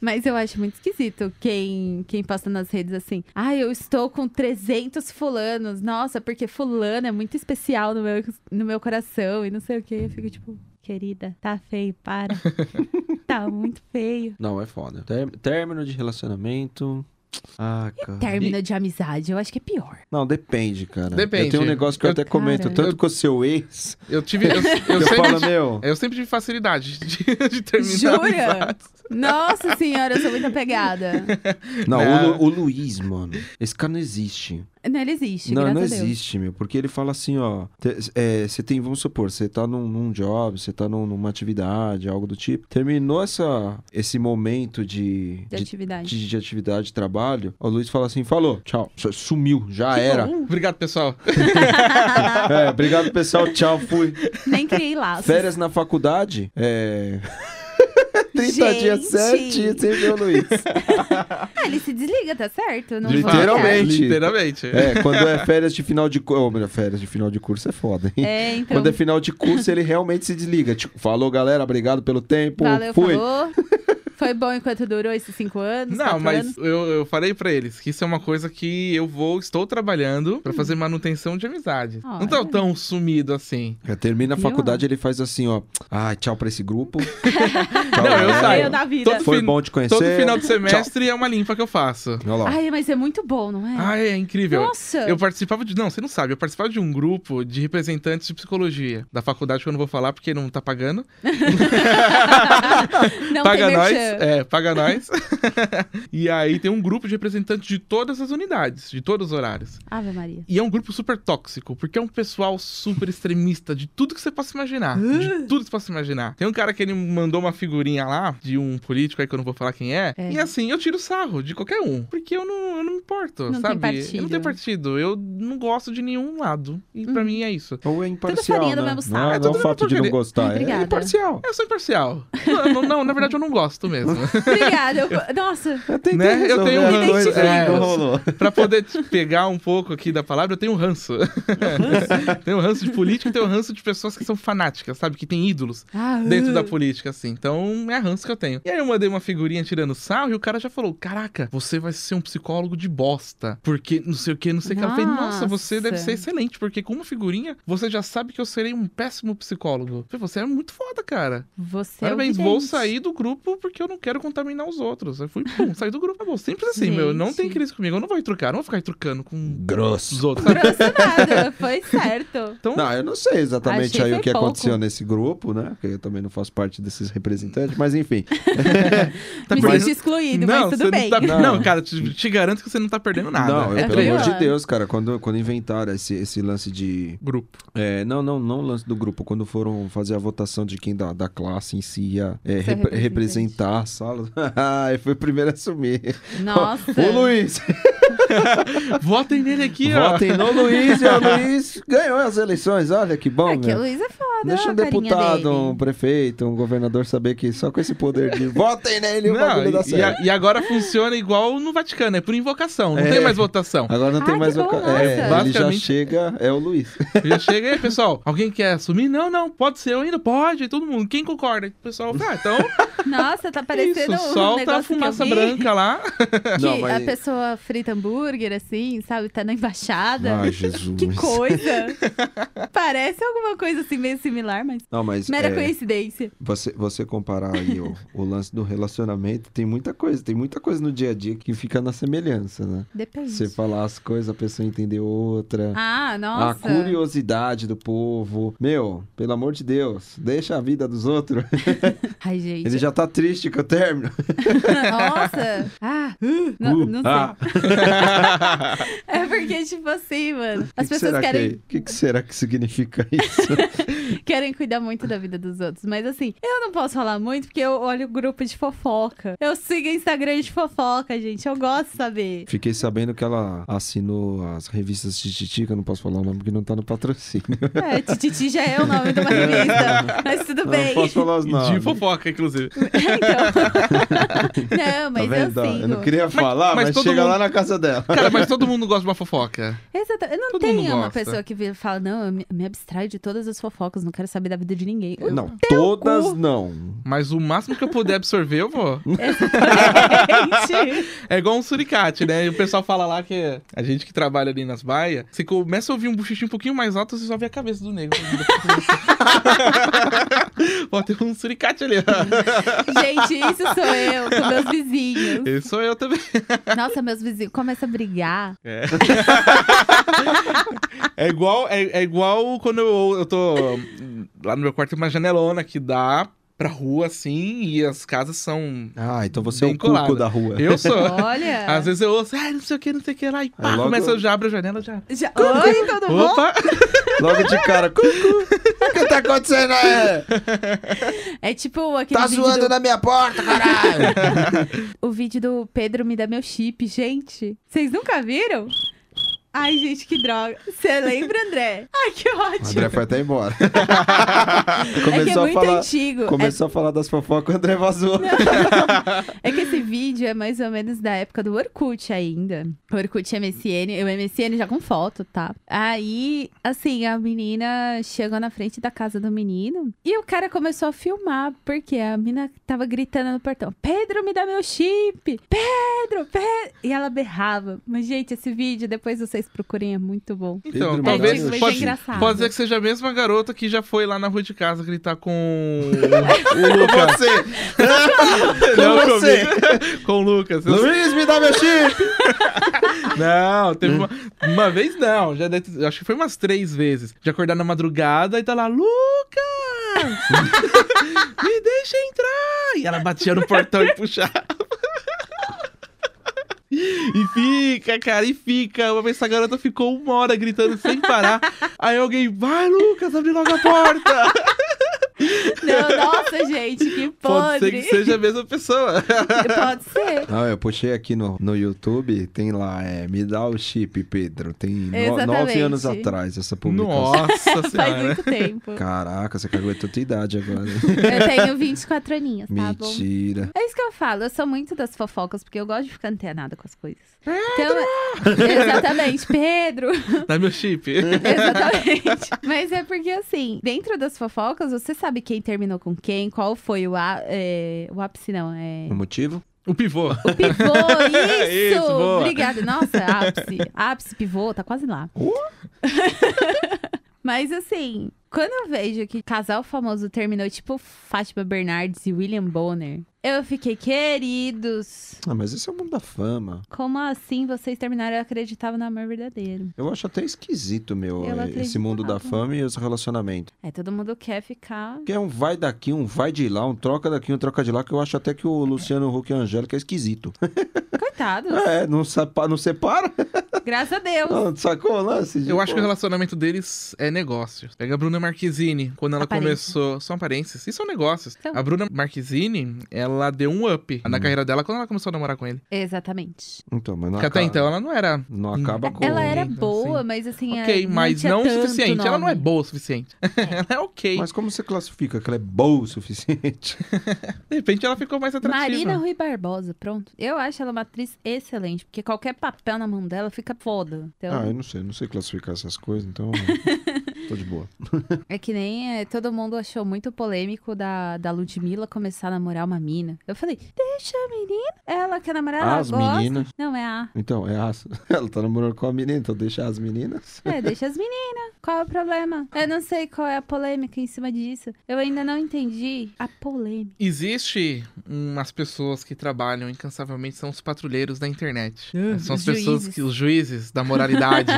Speaker 1: Mas eu acho muito esquisito quem, quem posta nas redes assim: ah, eu estou com 300 fulanos, nossa, porque fulano é muito especial no meu, no meu coração e não sei o que. Eu fico tipo, querida, tá feio, para. tá muito feio.
Speaker 2: Não, é foda. Tér- Término de relacionamento. Ah, cara.
Speaker 1: Término de amizade, eu acho que é pior.
Speaker 2: Não, depende, cara.
Speaker 3: Depende.
Speaker 2: Eu tenho um negócio que eu,
Speaker 3: Eu-
Speaker 2: até comento,
Speaker 1: Cara.
Speaker 2: tanto com o seu ex,
Speaker 3: Eu tive. Eu, eu
Speaker 2: eu,
Speaker 3: sempre,
Speaker 2: falo, meu.
Speaker 3: eu sempre tive facilidade de, de terminar.
Speaker 1: Jura?
Speaker 3: amizades.
Speaker 1: Nossa senhora, eu sou muito apegada.
Speaker 2: Não,
Speaker 3: Não.
Speaker 2: O, Lu- o Luiz, mano. Esse cara não existe.
Speaker 1: Não, ele existe,
Speaker 2: não,
Speaker 1: graças
Speaker 2: não
Speaker 1: a Deus.
Speaker 2: existe, meu. Porque ele fala assim, ó. é, Você tem, vamos supor, você tá num, num job, você tá num- numa atividade, algo do tipo. Terminou essa, esse momento de-
Speaker 1: De
Speaker 2: de
Speaker 1: atividade.
Speaker 2: de, de atividade de trabalho, o Luiz fala assim: falou, tchau, su- sumiu, já Ah, era.
Speaker 3: Obrigado, pessoal.
Speaker 2: É, obrigado, pessoal, tchau, fui.
Speaker 1: Nem criei laços.
Speaker 2: Férias na faculdade, é. 30 dias
Speaker 1: Gente.
Speaker 2: certinho sem ver o Luiz.
Speaker 1: Ah, ele se desliga, tá certo? Não vou
Speaker 2: Literalmente.
Speaker 3: Literalmente.
Speaker 2: É, quando é férias de final de curso. férias de final de curso é foda, hein?
Speaker 1: negar. É, então.
Speaker 2: Quando é final de curso, ele realmente se desliga. Tipo, falou, galera, obrigado pelo tempo.
Speaker 1: Valeu,
Speaker 2: fui.
Speaker 1: falou. Foi bom enquanto durou esses cinco anos.
Speaker 3: Não,
Speaker 1: quatro
Speaker 3: mas
Speaker 1: anos.
Speaker 3: eu, eu falei pra eles que isso é uma coisa que eu vou, estou trabalhando pra fazer manutenção de amizade. Não tô
Speaker 1: Hum. Olha.
Speaker 3: tão sumido assim.
Speaker 2: É, termina a
Speaker 1: Viu?
Speaker 2: faculdade, ele faz assim, ó. Ah, tchau pra esse grupo. Tchau,
Speaker 3: Não, eu
Speaker 2: galera.
Speaker 3: saio.
Speaker 1: Eu na vida.
Speaker 3: Todo
Speaker 2: Foi
Speaker 3: fin-
Speaker 2: bom te conhecer.
Speaker 3: Todo final de semestre é uma limpa que eu faço.
Speaker 2: Olha lá.
Speaker 1: Ai, mas é muito bom, não é?
Speaker 3: Ah, é incrível.
Speaker 1: Nossa!
Speaker 3: Eu participava de. Não, você não sabe. Eu participava de um grupo de representantes de psicologia da faculdade que eu não vou falar porque não tá pagando.
Speaker 1: Não
Speaker 3: paga
Speaker 1: tem
Speaker 3: nós.
Speaker 1: merchan.
Speaker 3: É, paga nós. e aí tem um grupo de representantes de todas as unidades, de todos os horários.
Speaker 1: Ave Maria.
Speaker 3: E é um grupo super tóxico, porque é um pessoal super extremista de tudo que você possa imaginar. De tudo que você possa imaginar. Tem um cara que ele mandou uma figurinha lá de um político aí que eu não vou falar quem é.
Speaker 1: É.
Speaker 3: E assim, eu tiro sarro de qualquer um. Porque eu não, eu não me importo,
Speaker 1: Não tem
Speaker 3: sabe? eu não
Speaker 1: partido.
Speaker 3: tenho partido. Eu não gosto de nenhum lado. E
Speaker 1: Uhum.
Speaker 3: pra mim é isso.
Speaker 2: Ou é imparcial,
Speaker 1: farinha do
Speaker 2: né?
Speaker 1: mesmo
Speaker 2: Não,
Speaker 1: saco.
Speaker 2: é,
Speaker 1: É
Speaker 2: não é
Speaker 3: tudo
Speaker 2: o fato de não
Speaker 3: porcaria.
Speaker 2: gostar, é, é
Speaker 1: Obrigada.
Speaker 2: imparcial.
Speaker 3: Eu sou imparcial. não, não, não, na verdade eu não gosto mesmo.
Speaker 1: Obrigada. eu- Nossa,
Speaker 2: Eu tenho
Speaker 3: Né? Eu tenho um ranço, é.
Speaker 2: rolou.
Speaker 3: pra poder te pegar um pouco aqui da palavra, eu tenho um ranço. tenho um ranço de política e tenho um ranço de pessoas que são fanáticas, sabe? Que tem ídolos
Speaker 1: Ah,
Speaker 3: dentro
Speaker 1: uh.
Speaker 3: da política, assim. Então, é ranço que eu tenho. E aí eu mandei uma figurinha tirando sarro e o cara já falou: Caraca, você vai ser um psicólogo de bosta. Porque não sei o que, não sei o que. Eu falei, nossa, você
Speaker 1: Nossa.
Speaker 3: deve ser excelente, porque com uma figurinha, você já sabe que eu serei um péssimo psicólogo. Eu falei, você é muito foda, cara.
Speaker 1: Você
Speaker 3: Parabéns,
Speaker 1: é o
Speaker 3: vou
Speaker 1: vidente.
Speaker 3: sair do grupo porque eu não quero contaminar os outros. Aí fui, pum, saí do grupo. Acabou. Simples assim, meu. Não tem
Speaker 1: Gente.
Speaker 3: crise comigo. Eu não vou ir trocar, não vou ficar aí trocando com os
Speaker 2: Grosso.
Speaker 3: outros. sabe?
Speaker 1: Grosso nada, foi certo.
Speaker 3: Então,
Speaker 2: Não, eu não sei exatamente
Speaker 1: Achei
Speaker 2: aí o
Speaker 1: foi
Speaker 2: que
Speaker 1: pouco.
Speaker 2: aconteceu nesse grupo, né? Porque eu também não faço parte desses representantes, mas enfim.
Speaker 3: tá
Speaker 1: Me
Speaker 3: perdendo-
Speaker 1: senti excluído,
Speaker 3: não,
Speaker 1: mas
Speaker 3: você
Speaker 1: tudo bem.
Speaker 3: Não, tá...
Speaker 2: Não.
Speaker 3: não. cara, te, te garanto que você não tá perdendo nada.
Speaker 2: Não, eu,
Speaker 3: é
Speaker 2: pelo
Speaker 3: treino.
Speaker 2: amor de
Speaker 1: Pior.
Speaker 2: Deus, cara, quando, quando inventaram esse, esse lance de.
Speaker 3: Grupo.
Speaker 2: é, não, não, não o lance do grupo. Quando foram fazer a votação de quem da, da classe em si ia é,
Speaker 1: Ser
Speaker 2: repre-
Speaker 1: representante.
Speaker 2: representar a sala. Ah, eu fui o primeiro a assumir.
Speaker 1: Nossa.
Speaker 2: Ô Luiz!
Speaker 3: Votem nele aqui, ó.
Speaker 2: Votem no Luiz e o Luiz ganhou as eleições. Olha que bom,
Speaker 1: É que
Speaker 2: meu.
Speaker 1: o Luiz é foda,
Speaker 2: Deixa um
Speaker 1: a carinha
Speaker 2: deputado,
Speaker 1: dele.
Speaker 2: um prefeito, um governador saber que só com esse poder de votem nele o
Speaker 3: Não,
Speaker 2: bagulho dá
Speaker 3: e, e a-
Speaker 2: certo.
Speaker 3: e agora funciona igual no Vaticano, é por invocação, não
Speaker 2: É.
Speaker 3: tem mais votação.
Speaker 2: Agora não tem
Speaker 1: Ah,
Speaker 2: mais
Speaker 1: que
Speaker 2: o ca-
Speaker 1: bom,
Speaker 2: é,
Speaker 1: nossa.
Speaker 2: Ele já
Speaker 3: Basicamente-
Speaker 2: chega, é o Luiz.
Speaker 3: Já chega aí, pessoal. Alguém quer assumir? Não, não, pode ser eu ainda, pode, todo mundo. Quem concorda? O pessoal, tá, então
Speaker 1: Nossa, tá parecendo
Speaker 3: isso,
Speaker 1: um
Speaker 3: solta a
Speaker 1: negócio
Speaker 3: fumaça
Speaker 1: que eu vi,
Speaker 3: branca lá.
Speaker 1: Que
Speaker 2: Não, mas-
Speaker 1: a pessoa frita hambúrguer, assim, sabe? Tá na embaixada.
Speaker 2: Ai, Jesus.
Speaker 1: Que coisa! Parece alguma coisa assim meio similar, mas
Speaker 2: Não, mas
Speaker 1: mera
Speaker 2: é,
Speaker 1: coincidência.
Speaker 2: você, você comparar aí o, o lance do relacionamento, tem muita coisa, tem muita coisa no dia a dia que fica na semelhança, né?
Speaker 1: Depende.
Speaker 2: Você falar as coisas, a pessoa entender outra.
Speaker 1: Ah,
Speaker 2: A
Speaker 1: nossa.
Speaker 2: curiosidade do povo. Meu, pelo amor de Deus, deixa a vida dos outros.
Speaker 1: Ai, gente.
Speaker 2: Ele já tá triste com o término.
Speaker 1: Nossa! Ah! Não,
Speaker 2: Uh,
Speaker 1: não sei.
Speaker 2: ah.
Speaker 1: É porque, tipo assim, mano.
Speaker 2: O
Speaker 1: As pessoas querem,
Speaker 2: Que, é? que que será que significa isso?
Speaker 1: querem cuidar muito da vida dos outros. Mas assim, eu não posso falar muito porque eu olho grupo de fofoca. Eu sigo Instagram de fofoca, gente. Eu gosto de saber.
Speaker 2: Fiquei sabendo que ela assinou as revistas Tititi, que eu não posso falar o nome porque não tá no patrocínio.
Speaker 1: É, Tititi já é o nome de uma revista. Mas tudo bem.
Speaker 2: Não posso falar os
Speaker 3: De
Speaker 2: nomes.
Speaker 3: fofoca, inclusive.
Speaker 1: Então. Não, mas
Speaker 2: tá vendo?
Speaker 1: eu
Speaker 2: Ó,
Speaker 1: sigo.
Speaker 2: Eu não queria falar,
Speaker 3: mas
Speaker 2: mas,
Speaker 3: todo
Speaker 2: chega
Speaker 3: mundo-
Speaker 2: lá na casa dela.
Speaker 3: Cara, mas todo mundo gosta de uma fofoca.
Speaker 1: Exata- Eu não
Speaker 3: Todo
Speaker 1: tenho
Speaker 3: mundo
Speaker 1: uma
Speaker 3: gosta.
Speaker 1: pessoa que vira e fala, não, eu me, me abstraio de todas as fofocas, não quero saber da vida de ninguém.
Speaker 2: Não, todas não.
Speaker 3: Mas o máximo que eu puder absorver, eu vou.
Speaker 1: Exatamente.
Speaker 3: É igual um suricate, né? E o pessoal fala lá que a gente que trabalha ali nas baias, você começa a ouvir um buchichinho um pouquinho mais alto, você só vê a cabeça do negro. Ó, tem um suricate ali. ó.
Speaker 1: Gente, isso sou eu, com meus vizinhos.
Speaker 3: Esse sou eu também.
Speaker 1: Nossa, meus vizinhos começam a brigar.
Speaker 3: É, É igual, é, é igual quando eu, eu tô. Lá no meu quarto tem uma janelona que dá pra rua assim, e as casas são.
Speaker 2: Ah, então você é
Speaker 3: Bem
Speaker 2: o cuco
Speaker 3: colado.
Speaker 2: da rua.
Speaker 3: Eu sou.
Speaker 1: Olha.
Speaker 3: Às vezes eu ouço, ah, não sei o que, não sei o que lá, e pá,
Speaker 2: Aí logo-
Speaker 3: começa, eu já abro a janela, já.
Speaker 1: Já... Oi, todo mundo?
Speaker 3: Opa!
Speaker 2: Logo de cara, cuco! O que tá acontecendo aí?
Speaker 1: É tipo aquele
Speaker 2: Tá
Speaker 1: vídeo
Speaker 2: zoando né?
Speaker 1: do...
Speaker 2: na minha porta, caralho!
Speaker 1: o vídeo do Pedro me dá meu chip, gente. Vocês nunca viram? Ai, gente, que droga. Você lembra, André? Ai, que
Speaker 2: O
Speaker 1: ótimo.
Speaker 2: André foi até embora.
Speaker 1: é que é
Speaker 2: começou a
Speaker 1: muito
Speaker 2: falar.
Speaker 1: antigo. É
Speaker 2: Começou a falar das fofocas, o André vazou.
Speaker 1: É que esse vídeo é mais ou menos da época do Orkut ainda. Orkut MSN, o MSN já com foto, tá? Aí, assim, a menina chegou na frente da casa do menino e o cara começou a filmar, porque a menina tava gritando no portão: Pedro, me dá meu chip! Pedro, Pedro! E ela berrava. Mas, gente, esse vídeo, depois vocês procurem, é muito bom.
Speaker 3: Então,
Speaker 2: Pedro
Speaker 3: talvez.
Speaker 1: Mendonça. Mas é
Speaker 3: Pode,
Speaker 1: engraçado.
Speaker 3: pode ser que seja a mesma garota que já foi lá na rua de casa gritar com.
Speaker 2: O Lucas. Você.
Speaker 3: Não,
Speaker 2: você.
Speaker 3: comigo. com o Lucas. Eu-
Speaker 2: Luiz, me dá meu chip!
Speaker 3: Não, teve uma. Uma vez não, já deve ter- acho que foi umas três vezes. De acordar na madrugada e tá lá, Lucas! Me deixa entrar! E ela batia no portão e puxava. E fica, cara, e fica. Uma vez essa garota ficou uma hora gritando sem parar. Aí alguém, vai, Lucas, abre logo a porta!
Speaker 1: Não, nossa, gente, que
Speaker 3: Pode ser
Speaker 1: podre.
Speaker 3: que seja a mesma pessoa.
Speaker 1: Pode ser.
Speaker 2: Não, eu puxei aqui no, no YouTube, tem lá, é, me dá o chip, Pedro. Tem no, nove
Speaker 1: Exatamente.
Speaker 2: anos atrás essa publicação.
Speaker 3: Nossa
Speaker 1: Faz
Speaker 3: senhora.
Speaker 1: muito tempo.
Speaker 2: Caraca, você caguetou tua idade agora. né?
Speaker 1: Eu tenho 24 aninhos, tá bom?
Speaker 2: Mentira.
Speaker 1: É isso que eu falo, eu sou muito das fofocas, porque eu gosto de ficar antenada com as coisas. Então, exatamente, Pedro!
Speaker 3: Dá é meu chip.
Speaker 1: Exatamente. Mas é porque, assim, dentro das fofocas, você sabe quem terminou com quem, qual foi o, á- é, o ápice, não, é...
Speaker 2: O motivo?
Speaker 3: O pivô.
Speaker 1: O pivô, isso!
Speaker 3: Isso, boa.
Speaker 1: Obrigada. Nossa, ápice. Ápice, pivô, tá quase lá.
Speaker 2: Uh.
Speaker 1: Mas assim, quando eu vejo que casal famoso terminou tipo Fátima Bernardes e William Bonner, eu fiquei, queridos,
Speaker 2: Ah, mas esse é o mundo da fama.
Speaker 1: como assim vocês terminaram? Eu acreditava no amor verdadeiro.
Speaker 2: Eu acho até esquisito, meu, é,
Speaker 1: Eu tá
Speaker 2: esse mundo da
Speaker 1: acreditava.
Speaker 2: fama e os relacionamentos.
Speaker 1: É, todo mundo quer ficar.
Speaker 2: Porque é um vai daqui, um vai de lá, um troca daqui, um troca de lá, que eu acho até que o Luciano Huck e a Angélica é esquisito.
Speaker 1: Coitados,
Speaker 2: É, não, sepa- não separa?
Speaker 1: graças a Deus.
Speaker 2: Não, sacou o lance?
Speaker 3: Eu acho que o relacionamento deles é negócio. Pega a Bruna Marquezine, quando ela
Speaker 1: Aparência. Então.
Speaker 3: começou. São aparências. E são negócios.
Speaker 1: São.
Speaker 3: A Bruna Marquezine, ela deu um up na carreira dela quando ela começou a namorar com ele.
Speaker 1: Exatamente.
Speaker 2: Então, mas não
Speaker 3: Porque até
Speaker 2: acaba-
Speaker 3: então ela não era.
Speaker 2: Não acaba com...
Speaker 1: Ela era
Speaker 3: Então,
Speaker 1: boa,
Speaker 3: assim,
Speaker 1: mas assim.
Speaker 3: ok,
Speaker 1: é,
Speaker 3: mas
Speaker 1: tinha
Speaker 3: não o
Speaker 1: tanto
Speaker 3: suficiente. Ela não é
Speaker 1: nome.
Speaker 3: boa o suficiente. ela é ok.
Speaker 2: Mas como você classifica que ela é boa o suficiente?
Speaker 3: De repente ela ficou mais atrativa.
Speaker 1: Marina Rui Barbosa, pronto. Eu acho ela uma atriz excelente, porque qualquer papel na mão dela fica foda.
Speaker 2: Ah,
Speaker 1: Então,
Speaker 2: eu não sei, não sei classificar essas coisas, então... Tô de boa.
Speaker 1: é que nem eh, todo mundo achou muito polêmico da, da Ludmilla começar a namorar uma mina. Eu falei, deixa a menina, ela quer namorar,
Speaker 3: Ah,
Speaker 1: ela
Speaker 2: as
Speaker 1: gosta.
Speaker 2: meninas...
Speaker 1: Não, é a.
Speaker 2: Então, é as... Ela tá namorando com a menina, então deixa as meninas.
Speaker 1: É, deixa as meninas. Qual é o problema? Eu não sei qual é a polêmica em cima disso. Eu ainda não entendi a polêmica.
Speaker 3: Existe umas pessoas que trabalham incansavelmente, são os patrulheiros da internet.
Speaker 1: Ah,
Speaker 3: são as
Speaker 1: os
Speaker 3: pessoas
Speaker 1: juízes.
Speaker 3: que. Os juízes da moralidade.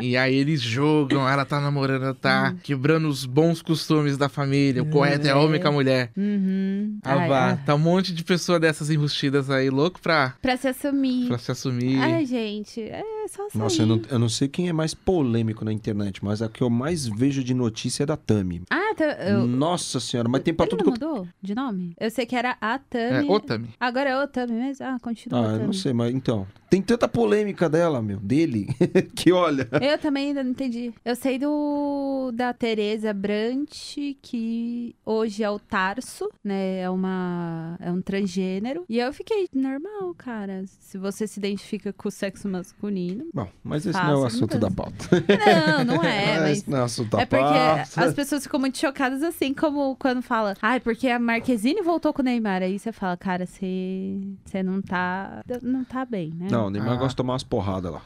Speaker 3: e aí eles julgam, ela tá namorando, ela
Speaker 1: Ah.
Speaker 3: tá quebrando os bons costumes da família. O correto é homem com a mulher.
Speaker 1: Uhum.
Speaker 3: Ah,
Speaker 1: Ai,
Speaker 3: vá.
Speaker 1: ah.
Speaker 3: Tá um monte de pessoa dessas enrustidas aí, louco pra,
Speaker 1: Pra se assumir.
Speaker 3: pra se assumir.
Speaker 1: Ai, gente, é só sair.
Speaker 2: Nossa, eu não, eu não sei quem é mais polêmico na internet, mas a que eu mais vejo de notícia é da Tami.
Speaker 1: Ah, tá, eu,
Speaker 2: Nossa senhora, Hum, mas tem pra
Speaker 1: Ele
Speaker 2: tudo
Speaker 1: não
Speaker 2: quanto. é-
Speaker 1: mudou de nome? Eu sei que era a
Speaker 3: É,
Speaker 1: Tami.
Speaker 3: Otami.
Speaker 1: Agora é o Tami mesmo? Ah, continua
Speaker 2: Ah, eu
Speaker 1: Tami.
Speaker 2: não sei, mas então. Tem tanta polêmica dela, meu, dele, que olha.
Speaker 1: Eu também ainda não entendi. Eu sei do da Tereza Brant, que hoje é o Tarso, né? É uma é um transgênero. E eu fiquei normal, cara. Se você se identifica com o sexo masculino.
Speaker 2: Bom, mas esse
Speaker 1: Faça
Speaker 2: não é o assunto
Speaker 1: mudança.
Speaker 2: da pauta.
Speaker 1: Não, não é,
Speaker 2: Ah,
Speaker 1: mas
Speaker 2: esse não é o assunto da
Speaker 1: É porque
Speaker 2: pauta.
Speaker 1: as pessoas ficam muito chocadas assim, como quando fala, ai, porque a Marquezine voltou com o Neymar. Aí você fala, cara, você você não tá. Não tá bem, né?
Speaker 2: Não, o Neymar
Speaker 3: Ah.
Speaker 2: gosta de tomar umas porradas lá.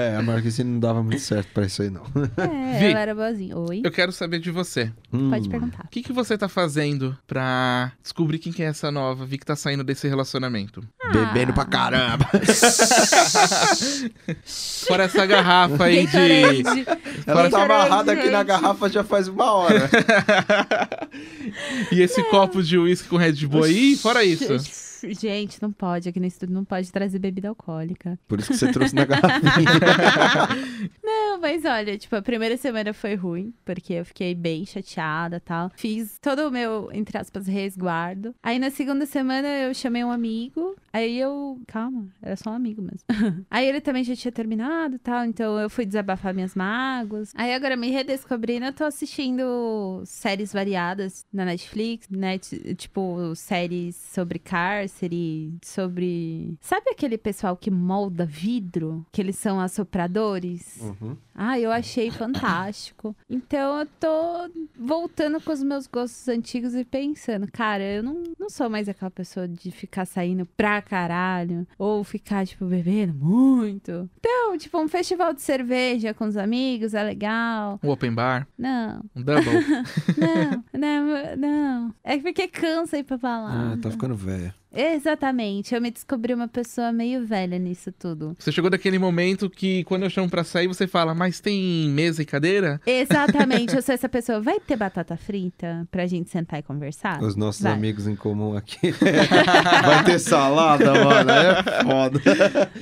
Speaker 2: é, a Marquezine não dava muito certo pra isso aí, não.
Speaker 1: É,
Speaker 3: Vi.
Speaker 1: ela era boazinha. Oi?
Speaker 3: Eu quero saber de você.
Speaker 1: Pode
Speaker 2: Hum,
Speaker 1: perguntar.
Speaker 3: O que, que você tá fazendo pra descobrir quem que é essa nova Vi que tá saindo desse relacionamento?
Speaker 2: Bebendo
Speaker 3: Ah.
Speaker 2: pra caramba.
Speaker 3: Fora essa garrafa aí de.
Speaker 1: Gatorade.
Speaker 2: Ela tá
Speaker 1: Gatorade,
Speaker 2: amarrada aqui na
Speaker 1: gente.
Speaker 2: garrafa já faz uma hora.
Speaker 3: e esse copo de uísque com Red Bull aí? Fora isso.
Speaker 1: Gente, não pode. Aqui no estúdio não pode trazer bebida alcoólica.
Speaker 2: Por isso que você trouxe na garrafinha.
Speaker 1: Não, mas olha, tipo, a primeira semana foi ruim, porque eu fiquei bem chateada e tal. Fiz todo o meu, entre aspas, resguardo. Aí na segunda semana eu chamei um amigo. Aí eu, calma, era só um amigo mesmo. Aí ele também já tinha terminado e tal, então eu fui desabafar minhas mágoas. Aí agora me redescobrindo, eu tô assistindo séries variadas na Netflix, né? T- Tipo, séries sobre cárcere, sobre. Sabe aquele pessoal que molda vidro? Que eles são assopradores?
Speaker 2: Uhum.
Speaker 1: Ah, eu achei fantástico. Então eu tô voltando com os meus gostos antigos e pensando, cara, eu não, não sou mais aquela pessoa de ficar saindo pra caralho ou ficar, tipo, bebendo muito. Então, tipo, um festival de cerveja com os amigos é legal.
Speaker 3: Um open bar,
Speaker 1: Não,
Speaker 3: um double.
Speaker 1: não, não, não. É porque cansa ir pra balada.
Speaker 2: Ah, tá ficando velha.
Speaker 1: Exatamente. Eu me descobri uma pessoa meio velha nisso tudo.
Speaker 3: você chegou daquele momento que quando eu chamo pra sair, você fala, mas tem mesa e cadeira?
Speaker 1: Exatamente, eu sou essa pessoa. Vai ter batata frita pra gente sentar e
Speaker 3: Ah,
Speaker 1: conversar?
Speaker 2: Os nossos
Speaker 1: Vai.
Speaker 2: amigos em comum aqui. Vai ter salada, mano. É foda.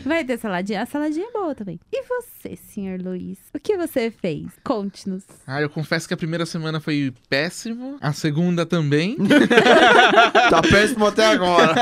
Speaker 1: Vai ter saladinha? A saladinha é boa também. E você, senhor Luiz? O que você fez? Conte-nos.
Speaker 3: Ah, eu confesso que a primeira semana foi péssimo, a segunda também.
Speaker 2: Tá péssimo até agora.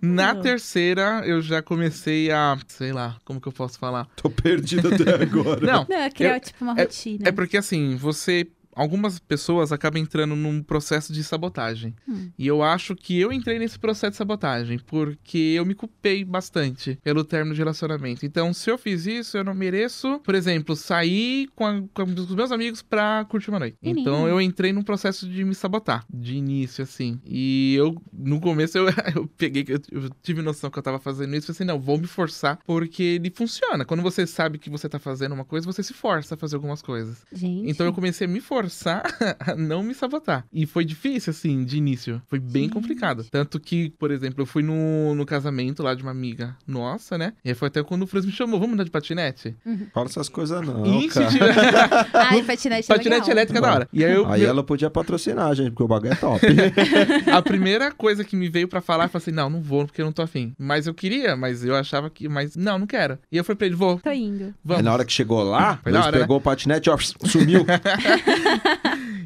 Speaker 3: Na
Speaker 1: Não.
Speaker 3: terceira, eu já comecei a, sei lá, como que eu posso falar?
Speaker 2: Tô perdido até agora.
Speaker 3: Não,
Speaker 1: Não, é criar tipo uma rotina.
Speaker 3: É porque assim, você. Algumas pessoas acabam entrando num processo de sabotagem.
Speaker 1: Hum.
Speaker 3: E eu acho que eu entrei nesse processo de sabotagem, porque eu me culpei bastante pelo término de relacionamento. Então, se eu fiz isso, eu não mereço, por exemplo, sair com, a- com os meus amigos pra curtir uma noite.
Speaker 1: Menino.
Speaker 3: Então, eu entrei num processo de me sabotar, de início, assim. E eu, no começo, eu, eu peguei, eu, eu tive noção que eu tava fazendo isso, falei assim, não, vou me forçar, porque ele funciona. Quando você sabe que você tá fazendo uma coisa, você se força a fazer algumas coisas.
Speaker 1: Gente.
Speaker 3: Então eu comecei a me forçar a não me sabotar. E foi difícil, assim, de início. Foi bem
Speaker 1: Gente.
Speaker 3: complicado. Tanto que, por exemplo, eu fui no, no casamento lá de uma amiga nossa, né? E aí foi até quando o Franz me chamou, vamos andar de patinete?
Speaker 2: Fala essas coisas não,
Speaker 3: Ixi,
Speaker 2: cara.
Speaker 3: tira-
Speaker 1: Ai, patinete é
Speaker 3: patinete
Speaker 1: legal.
Speaker 3: elétrica da hora. E aí eu,
Speaker 2: Aí ela podia patrocinar, gente, porque o bagulho é top.
Speaker 3: a primeira coisa que me veio pra falar, eu falei assim, não, não vou, porque eu não tô afim. Mas eu queria, mas eu achava que... Mas não, não quero. E eu falei pra ele, vou,
Speaker 1: Tô indo.
Speaker 2: Aí
Speaker 3: vamos.
Speaker 2: na hora que chegou lá,
Speaker 3: Foi na
Speaker 2: Luiz
Speaker 3: hora, né?
Speaker 2: pegou o patinete, ó, sumiu.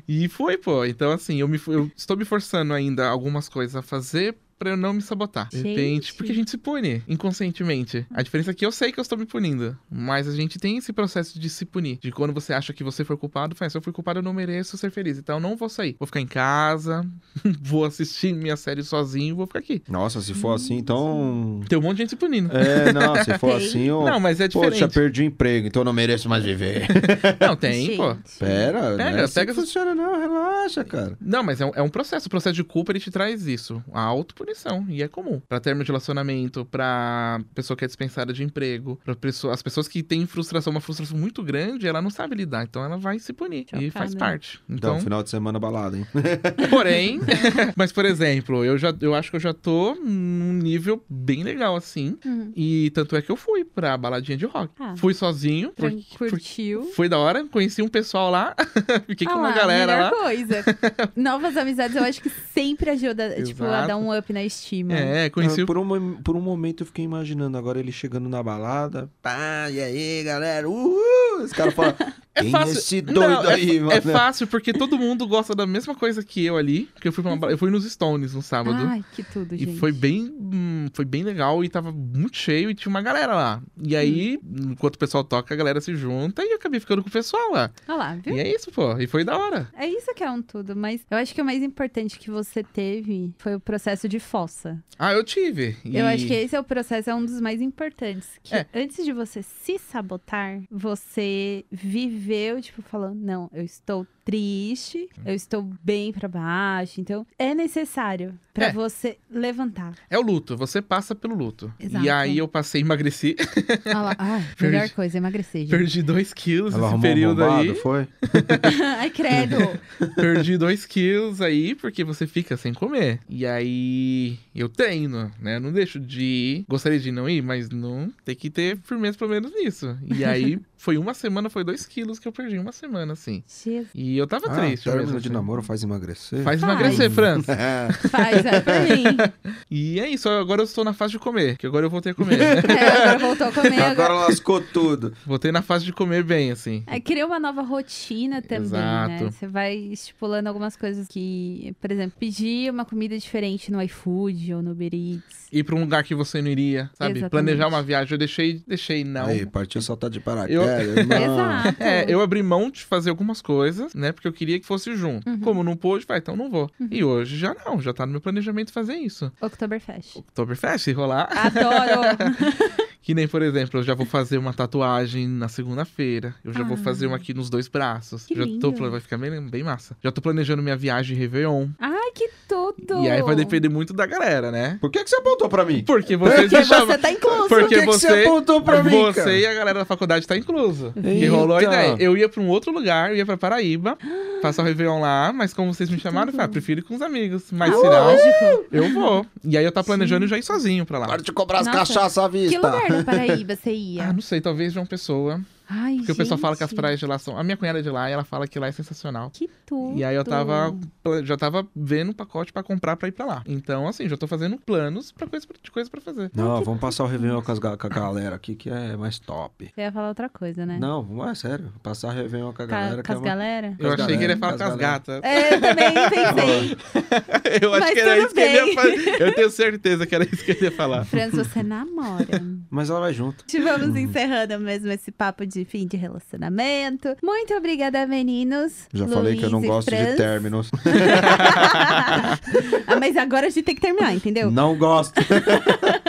Speaker 3: E foi, pô. Então, assim, eu, me, eu estou me forçando ainda algumas coisas a fazer pra eu não me sabotar. De
Speaker 1: Gente.
Speaker 3: repente, porque a gente se pune inconscientemente. A diferença é que eu sei que eu estou me punindo, mas a gente tem esse processo de se punir. De quando você acha que você foi culpado, faz, se eu fui culpado, eu não mereço ser feliz. Então, eu não vou sair. Vou ficar em casa, vou assistir minha série sozinho, vou ficar aqui.
Speaker 2: Nossa, se for assim, então.
Speaker 3: Tem um monte de gente se punindo.
Speaker 2: É, não, se for
Speaker 1: Tem.
Speaker 2: assim, eu.
Speaker 3: Não, mas é
Speaker 2: Poxa,
Speaker 3: diferente.
Speaker 2: perdi o emprego, então eu não mereço mais viver.
Speaker 3: Não, tem,
Speaker 1: Gente.
Speaker 3: pô.
Speaker 2: Pera,
Speaker 3: Pega,
Speaker 2: não é assim
Speaker 3: pega
Speaker 2: que
Speaker 3: essas-
Speaker 2: funciona, não, relaxa, cara.
Speaker 3: Não, mas é um, é um processo. O processo de culpa ele te traz isso. A autopunição. E é comum. Pra termo de relacionamento, pra pessoa que é dispensada de emprego, pra pessoa, as pessoas que têm frustração, uma frustração muito grande, ela não sabe lidar. Então ela vai se punir. E
Speaker 1: Chocada.
Speaker 3: faz parte.
Speaker 2: Então,
Speaker 3: Então,
Speaker 2: final de semana balada, hein?
Speaker 3: porém. mas, por exemplo, eu, já, eu acho que eu já tô num nível bem legal assim.
Speaker 1: Hum.
Speaker 3: E tanto é que eu fui pra baladinha de rock.
Speaker 1: Ah.
Speaker 3: Fui sozinho. porque-
Speaker 1: Tran- Curtiu.
Speaker 3: Foi da hora, conheci um pessoal lá, fiquei
Speaker 1: Ah
Speaker 3: com uma
Speaker 1: lá,
Speaker 3: galera lá.
Speaker 1: melhor coisa. Novas amizades eu acho que sempre ajuda, tipo, a
Speaker 3: Exato.
Speaker 1: dar um up na estima.
Speaker 3: É, conheci
Speaker 2: Ah, por, um, mo- por um momento eu fiquei imaginando agora ele chegando na balada. Pá, e aí, galera? Uhul! Os caras falam.
Speaker 3: É
Speaker 2: Quem
Speaker 3: fácil.
Speaker 2: é esse doido
Speaker 3: Não, é-
Speaker 2: aí,
Speaker 3: é,
Speaker 2: mano?
Speaker 3: fácil, porque todo mundo gosta da mesma coisa que eu ali. Porque eu fui, pra uma ba- eu fui nos Stones no sábado.
Speaker 1: Ai, que tudo,
Speaker 3: e
Speaker 1: gente.
Speaker 3: foi bem, hum, foi bem legal e tava muito cheio e tinha uma galera lá. E aí,
Speaker 1: Hum.
Speaker 3: enquanto o pessoal toca, a galera se junta e eu acabei ficando com o pessoal lá.
Speaker 1: Olha lá, viu?
Speaker 3: E é isso, pô. E foi da hora.
Speaker 1: É isso que é um tudo, mas eu acho que o mais importante que você teve foi o processo de fossa.
Speaker 3: Ah, eu tive. E-
Speaker 1: Eu acho que esse é o processo, é um dos mais importantes. Que
Speaker 3: É.
Speaker 1: antes de você se sabotar, você viveu, tipo, falando, não, eu estou triste, eu estou bem pra baixo. Então, é necessário pra
Speaker 3: É.
Speaker 1: você levantar.
Speaker 3: é o luto. Você passa pelo luto.
Speaker 1: Exato.
Speaker 3: E aí eu passei, emagreci.
Speaker 1: Olha lá, ai,
Speaker 3: Perdi.
Speaker 1: melhor coisa, emagrecer, gente.
Speaker 3: Perdi 2 quilos
Speaker 2: Ela
Speaker 3: nesse
Speaker 2: arrumou
Speaker 3: período
Speaker 2: um
Speaker 3: aí.
Speaker 2: bombado, foi?
Speaker 1: ai, credo.
Speaker 3: Perdi 2 quilos aí, porque você fica sem comer. E aí, eu treino, né? Eu não deixo de ir. Gostaria de não ir, mas não tem que ter firmeza pelo menos nisso. E aí, foi uma semana, foi 2 quilos que eu perdi, em uma semana, assim.
Speaker 1: Jesus.
Speaker 3: E E eu tava
Speaker 2: Ah,
Speaker 1: tá
Speaker 3: triste.
Speaker 2: término
Speaker 3: mesmo,
Speaker 2: de
Speaker 3: assim.
Speaker 2: namoro faz emagrecer?
Speaker 3: Faz
Speaker 1: Faz.
Speaker 3: emagrecer, Franz.
Speaker 1: Faz é pra mim.
Speaker 3: E é isso, agora eu estou na fase de comer, que agora eu voltei a comer. né?
Speaker 1: É, agora voltou a comer. Agora...
Speaker 2: Agora lascou tudo.
Speaker 3: voltei na fase de comer bem, assim.
Speaker 1: É, cria uma nova rotina também,
Speaker 3: Exato.
Speaker 1: né? Você vai estipulando algumas coisas que, por exemplo, pedir uma comida diferente no iFood ou no Uber Eats.
Speaker 3: Ir pra um lugar que você não iria, sabe?
Speaker 1: Exatamente.
Speaker 3: Planejar uma viagem. Eu deixei, deixei não.
Speaker 2: Aí, partiu saltar de paraquedas.
Speaker 3: Então, Eu-
Speaker 2: irmão.
Speaker 1: Exato.
Speaker 3: É, eu abri mão de fazer algumas coisas, né? Porque eu queria que fosse junto.
Speaker 1: Uhum.
Speaker 3: Como não pôde, vai, então não vou. E hoje já não, já tá no meu planejamento fazer isso.
Speaker 1: Oktoberfest.
Speaker 3: Oktoberfest, se rolar.
Speaker 1: Adoro!
Speaker 3: Que nem, por exemplo, eu já vou fazer uma tatuagem na segunda-feira. Eu já vou
Speaker 1: Ah.
Speaker 3: fazer uma aqui nos dois braços.
Speaker 1: Que
Speaker 3: já
Speaker 1: lindo.
Speaker 3: tô plan- vai ficar bem, bem massa. Já tô planejando minha viagem Réveillon.
Speaker 1: Ai, que tudo!
Speaker 3: E aí vai depender muito da galera, né?
Speaker 2: Por que, que você apontou pra mim?
Speaker 3: Porque vocês
Speaker 1: Porque
Speaker 3: me chamam.
Speaker 1: você tá incluso.
Speaker 3: Por-
Speaker 2: Por que,
Speaker 3: Porque
Speaker 2: que você
Speaker 3: você-
Speaker 2: apontou Então, pra mim,
Speaker 3: você
Speaker 2: cara?
Speaker 3: e a galera da faculdade tá incluso. E
Speaker 2: Eita.
Speaker 3: rolou a ideia. Eu ia pra um outro lugar, eu ia pra Paraíba, passar o Réveillon lá, mas como vocês me chamaram, eu
Speaker 2: Uhum.
Speaker 3: falei, ah, prefiro ir com os amigos. Mas
Speaker 2: Ah,
Speaker 3: se não,
Speaker 1: Lógico.
Speaker 3: eu vou. E aí eu tava planejando já ir sozinho pra lá.
Speaker 2: Para de cobrar as
Speaker 1: Nossa.
Speaker 2: cachaças à vista.
Speaker 1: Que lugar na Paraíba você
Speaker 3: Ah,
Speaker 1: ia?
Speaker 3: não sei, talvez João Pessoa.
Speaker 1: Ai,
Speaker 3: Porque o pessoal fala que as
Speaker 1: gente,
Speaker 3: praias de lá são. A minha cunhada é de lá e ela fala que lá é sensacional.
Speaker 1: Que tudo!
Speaker 3: E aí eu tava. Já tava vendo um pacote pra comprar pra ir pra lá. Então, assim, já tô fazendo planos pra coisa, de coisa pra fazer.
Speaker 2: Não, vamos passar o Réveillon com, as ga- com a galera aqui, que é mais top.
Speaker 1: Você ia falar outra coisa, né?
Speaker 2: Não, vamos- é sério. Passar Réveillon com a galera.
Speaker 1: Ca-
Speaker 2: que
Speaker 1: Com
Speaker 2: é
Speaker 1: as
Speaker 2: uma-
Speaker 1: galera?
Speaker 3: Eu
Speaker 2: As
Speaker 3: achei que ele
Speaker 2: galera,
Speaker 3: ia falar com
Speaker 2: as
Speaker 3: as
Speaker 2: galera.
Speaker 3: gatas.
Speaker 1: É, eu também pensei.
Speaker 3: Eu acho
Speaker 1: Mas
Speaker 3: que era
Speaker 1: tudo
Speaker 3: isso que ele ia
Speaker 1: bem.
Speaker 3: fazer. Eu tenho certeza que era isso que ele ia falar.
Speaker 1: Franz, você namora.
Speaker 2: Mas ela vai junto.
Speaker 1: Vamos encerrando mesmo esse papo de fim de relacionamento. Muito obrigada, meninos.
Speaker 2: Já falei que eu não
Speaker 1: Luiz e
Speaker 2: gosto de
Speaker 1: Franz.
Speaker 2: términos.
Speaker 1: ah, mas agora a gente tem que terminar, entendeu?
Speaker 2: Não gosto. Hum.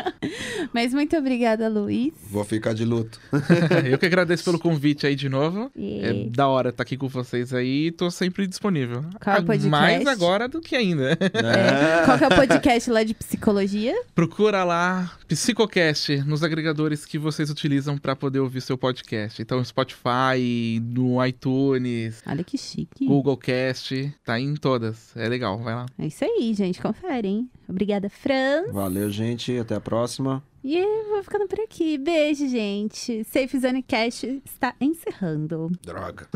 Speaker 1: Mas muito obrigada, Luiz.
Speaker 2: Vou ficar de luto.
Speaker 3: Eu que agradeço pelo convite aí de novo.
Speaker 1: E-
Speaker 3: É da hora estar aqui com vocês aí. Tô sempre disponível. Ah,
Speaker 1: Qual é o podcast?
Speaker 3: Mais agora do que ainda.
Speaker 1: É, Qual que é o podcast lá de psicologia?
Speaker 3: Procura lá Psicocast nos agregadores que vocês utilizam pra poder ouvir seu podcast. Então, Spotify, no iTunes,
Speaker 1: Olha que chique.
Speaker 3: Google Cast, tá em todas. É legal, vai lá.
Speaker 1: É isso aí, gente. Confere, hein? Obrigada, Fran.
Speaker 2: Valeu, gente. Até a próxima.
Speaker 1: E vou ficando por aqui. Beijo, gente. Safe Zone Cash está encerrando.
Speaker 2: Droga.